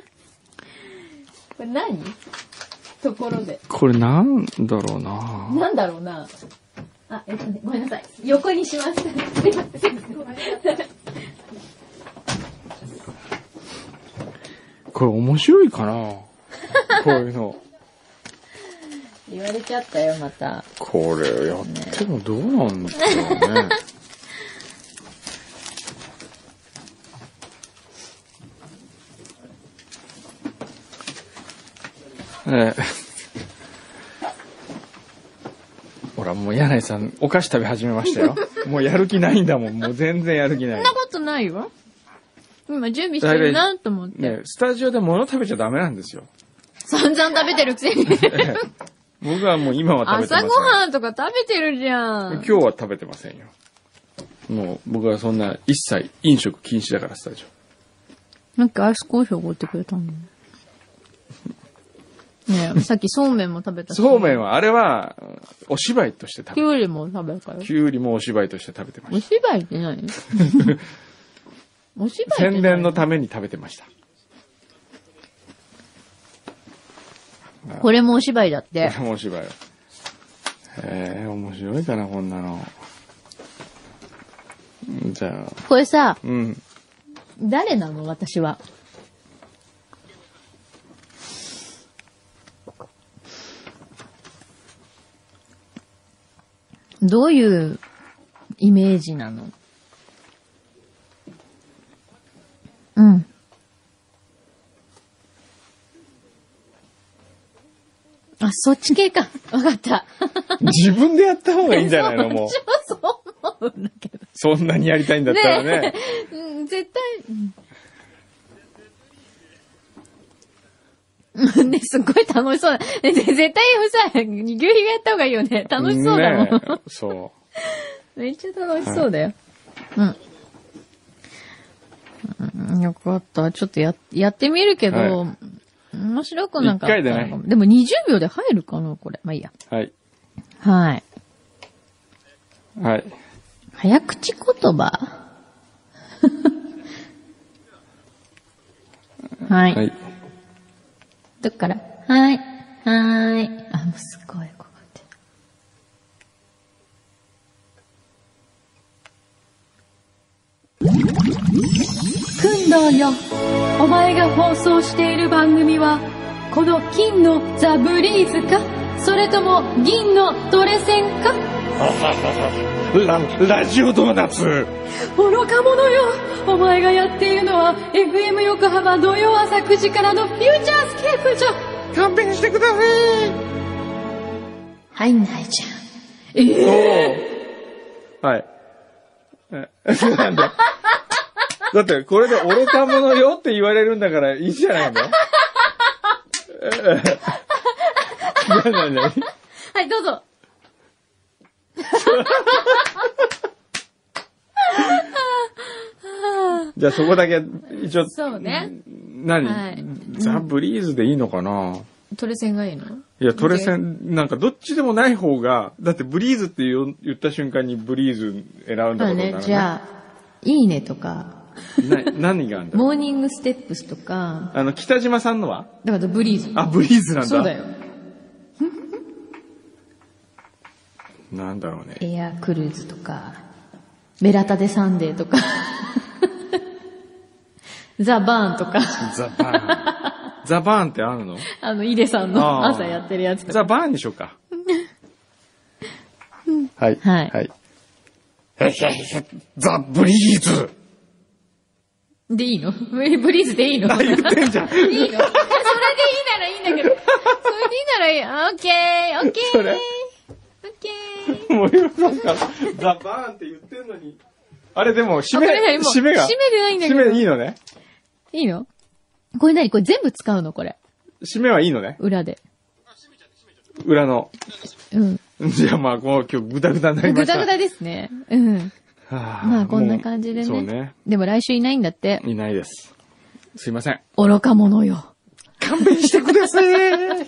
Speaker 2: れ何ところで。
Speaker 1: これなんだろうな
Speaker 2: なんだろうな。あ、えっとね、ごめんなさい。横にし ます。すいません。
Speaker 1: これ面白いかなこういうの。
Speaker 2: 言われちゃったよ、また。
Speaker 1: これやってもどうなんだろうね。 ええ。ほら、もう柳井さん、お菓子食べ始めましたよ。もうやる気ないんだもん。もう全然やる気な
Speaker 2: そ
Speaker 1: い
Speaker 2: んな。ことないわ。今準備してるなと思って。
Speaker 1: ねスタジオで物食べちゃダメなんですよ。
Speaker 2: 散々食べてるくせに。
Speaker 1: 僕はもう今は食べてませ
Speaker 2: 朝
Speaker 1: ん。
Speaker 2: ごはんとか食べてるじゃ
Speaker 1: 今
Speaker 2: ん。
Speaker 1: 日は食べてませんよ。もう僕はそんな一切飲食禁止だから、スタジオ。
Speaker 2: なんかアイスコーヒーおごってくれたのにねえ、さっきそうめんも食べたし。
Speaker 1: そうめんは、あれは、お芝居として食
Speaker 2: き
Speaker 1: べ
Speaker 2: ゅ
Speaker 1: て
Speaker 2: うりも食べるからよ
Speaker 1: き。ゅうりもお芝居として食べてま
Speaker 2: お
Speaker 1: し
Speaker 2: 芝居っ て何お芝
Speaker 1: た。
Speaker 2: 居って
Speaker 1: 宣伝のために食べてました。
Speaker 2: これもお芝居だって。
Speaker 1: お芝居は。ええ面白いかな、こんなの。じゃあ、
Speaker 2: これさ、
Speaker 1: うん。
Speaker 2: 誰なの私は。どういうイメージなのうん。あ、そっち系か。わかった。
Speaker 1: 自分でやった方がいいんじゃない の、もう。
Speaker 2: 私もそう思うんだけど。
Speaker 1: そんなにやりたいんだったらね。
Speaker 2: うん絶対、うん。ね、 すっごい楽しそうだ。ね、ぜ絶対さ、牛皮がやった方がいいよね。楽しそうだも
Speaker 1: ね
Speaker 2: ん。
Speaker 1: えそ
Speaker 2: めっちゃ楽しそうだよ。うん。うんよかった。ちょっとや、やってみるけど、
Speaker 1: は
Speaker 2: 面白くなんかったのかも
Speaker 1: 一回で
Speaker 2: でも20秒で入るかなこれ。まあいいや。
Speaker 1: う。はい。
Speaker 2: はい。
Speaker 1: はい。
Speaker 2: 早口言葉 はい。
Speaker 1: はい。
Speaker 2: どっからはい。はーい。あ、もうすごい、ここって。くんどうよ。お前が放送している番組は、この金のザ・ブリーズか、それとも銀のトレセンか
Speaker 1: ラ、ラジオドーナツ
Speaker 2: 愚か者よお前がやっているのは FM 横浜土曜朝9時からのフューチャースケープじゃ
Speaker 1: 勘弁してください
Speaker 2: 入んないじゃん。
Speaker 1: はい。えなんでだって、これで愚か者よって言われるんだからいいじゃないのえなになに
Speaker 2: はい、どうぞ。
Speaker 1: じゃあそこだけ、一応、
Speaker 2: そうね。
Speaker 1: 何、
Speaker 2: はい
Speaker 1: ザ・ブリーズでいいのかな
Speaker 2: トレセンがいいの
Speaker 1: いや、トレセン、なんかどっちでもない方が、だってブリーズって言う言った瞬間にブリーズ選んだこと
Speaker 2: まあ
Speaker 1: にな
Speaker 2: ね
Speaker 1: る、
Speaker 2: じゃあ、いいねとか、
Speaker 1: な何があんだろう
Speaker 2: モーニングステップスとか、
Speaker 1: あの、北島さんのは
Speaker 2: だからブリーズ。
Speaker 1: あ、ブリーズなんだ。
Speaker 2: そうだよ。
Speaker 1: なんだろうね。
Speaker 2: エアクルーズとか、ベラタデサンデーとか。 ザ・バーンとか、
Speaker 1: ザバーン。ザバーンってあるの
Speaker 2: あの、イデさんの
Speaker 1: あー
Speaker 2: 朝やってるやつとか。
Speaker 1: ザバーンにしよう か。はい。
Speaker 2: はい
Speaker 1: い。へへへ、ザ・ブリーズ
Speaker 2: でいいの ブリブリーズでいいの
Speaker 1: あ、言って んじゃん。
Speaker 2: いいのそれでいいならいいんだけど。それでいいならいい。オッケー、オッケー。
Speaker 1: それ
Speaker 2: オッケー。
Speaker 1: 森山さんが、ザ・バーンって言ってんのに。あれでも、締め
Speaker 2: あこれ何、もう
Speaker 1: 締めが。
Speaker 2: 締めでないんだけど
Speaker 1: 締めいいのね。
Speaker 2: いいのこれ何これ全部使うのこれ。
Speaker 1: 締めはいいのね。
Speaker 2: 裏で。
Speaker 1: 裏の。
Speaker 2: うん。
Speaker 1: じゃあまあ、こう今日グダグダになりま
Speaker 2: ぐ
Speaker 1: した。
Speaker 2: だぐだですね。うん。
Speaker 1: はあ
Speaker 2: まあこんな感じでね。
Speaker 1: もうそうね。
Speaker 2: でも来週いないんだって。
Speaker 1: い ないです。すいません。
Speaker 2: 愚か者よ。
Speaker 1: 勘弁してください。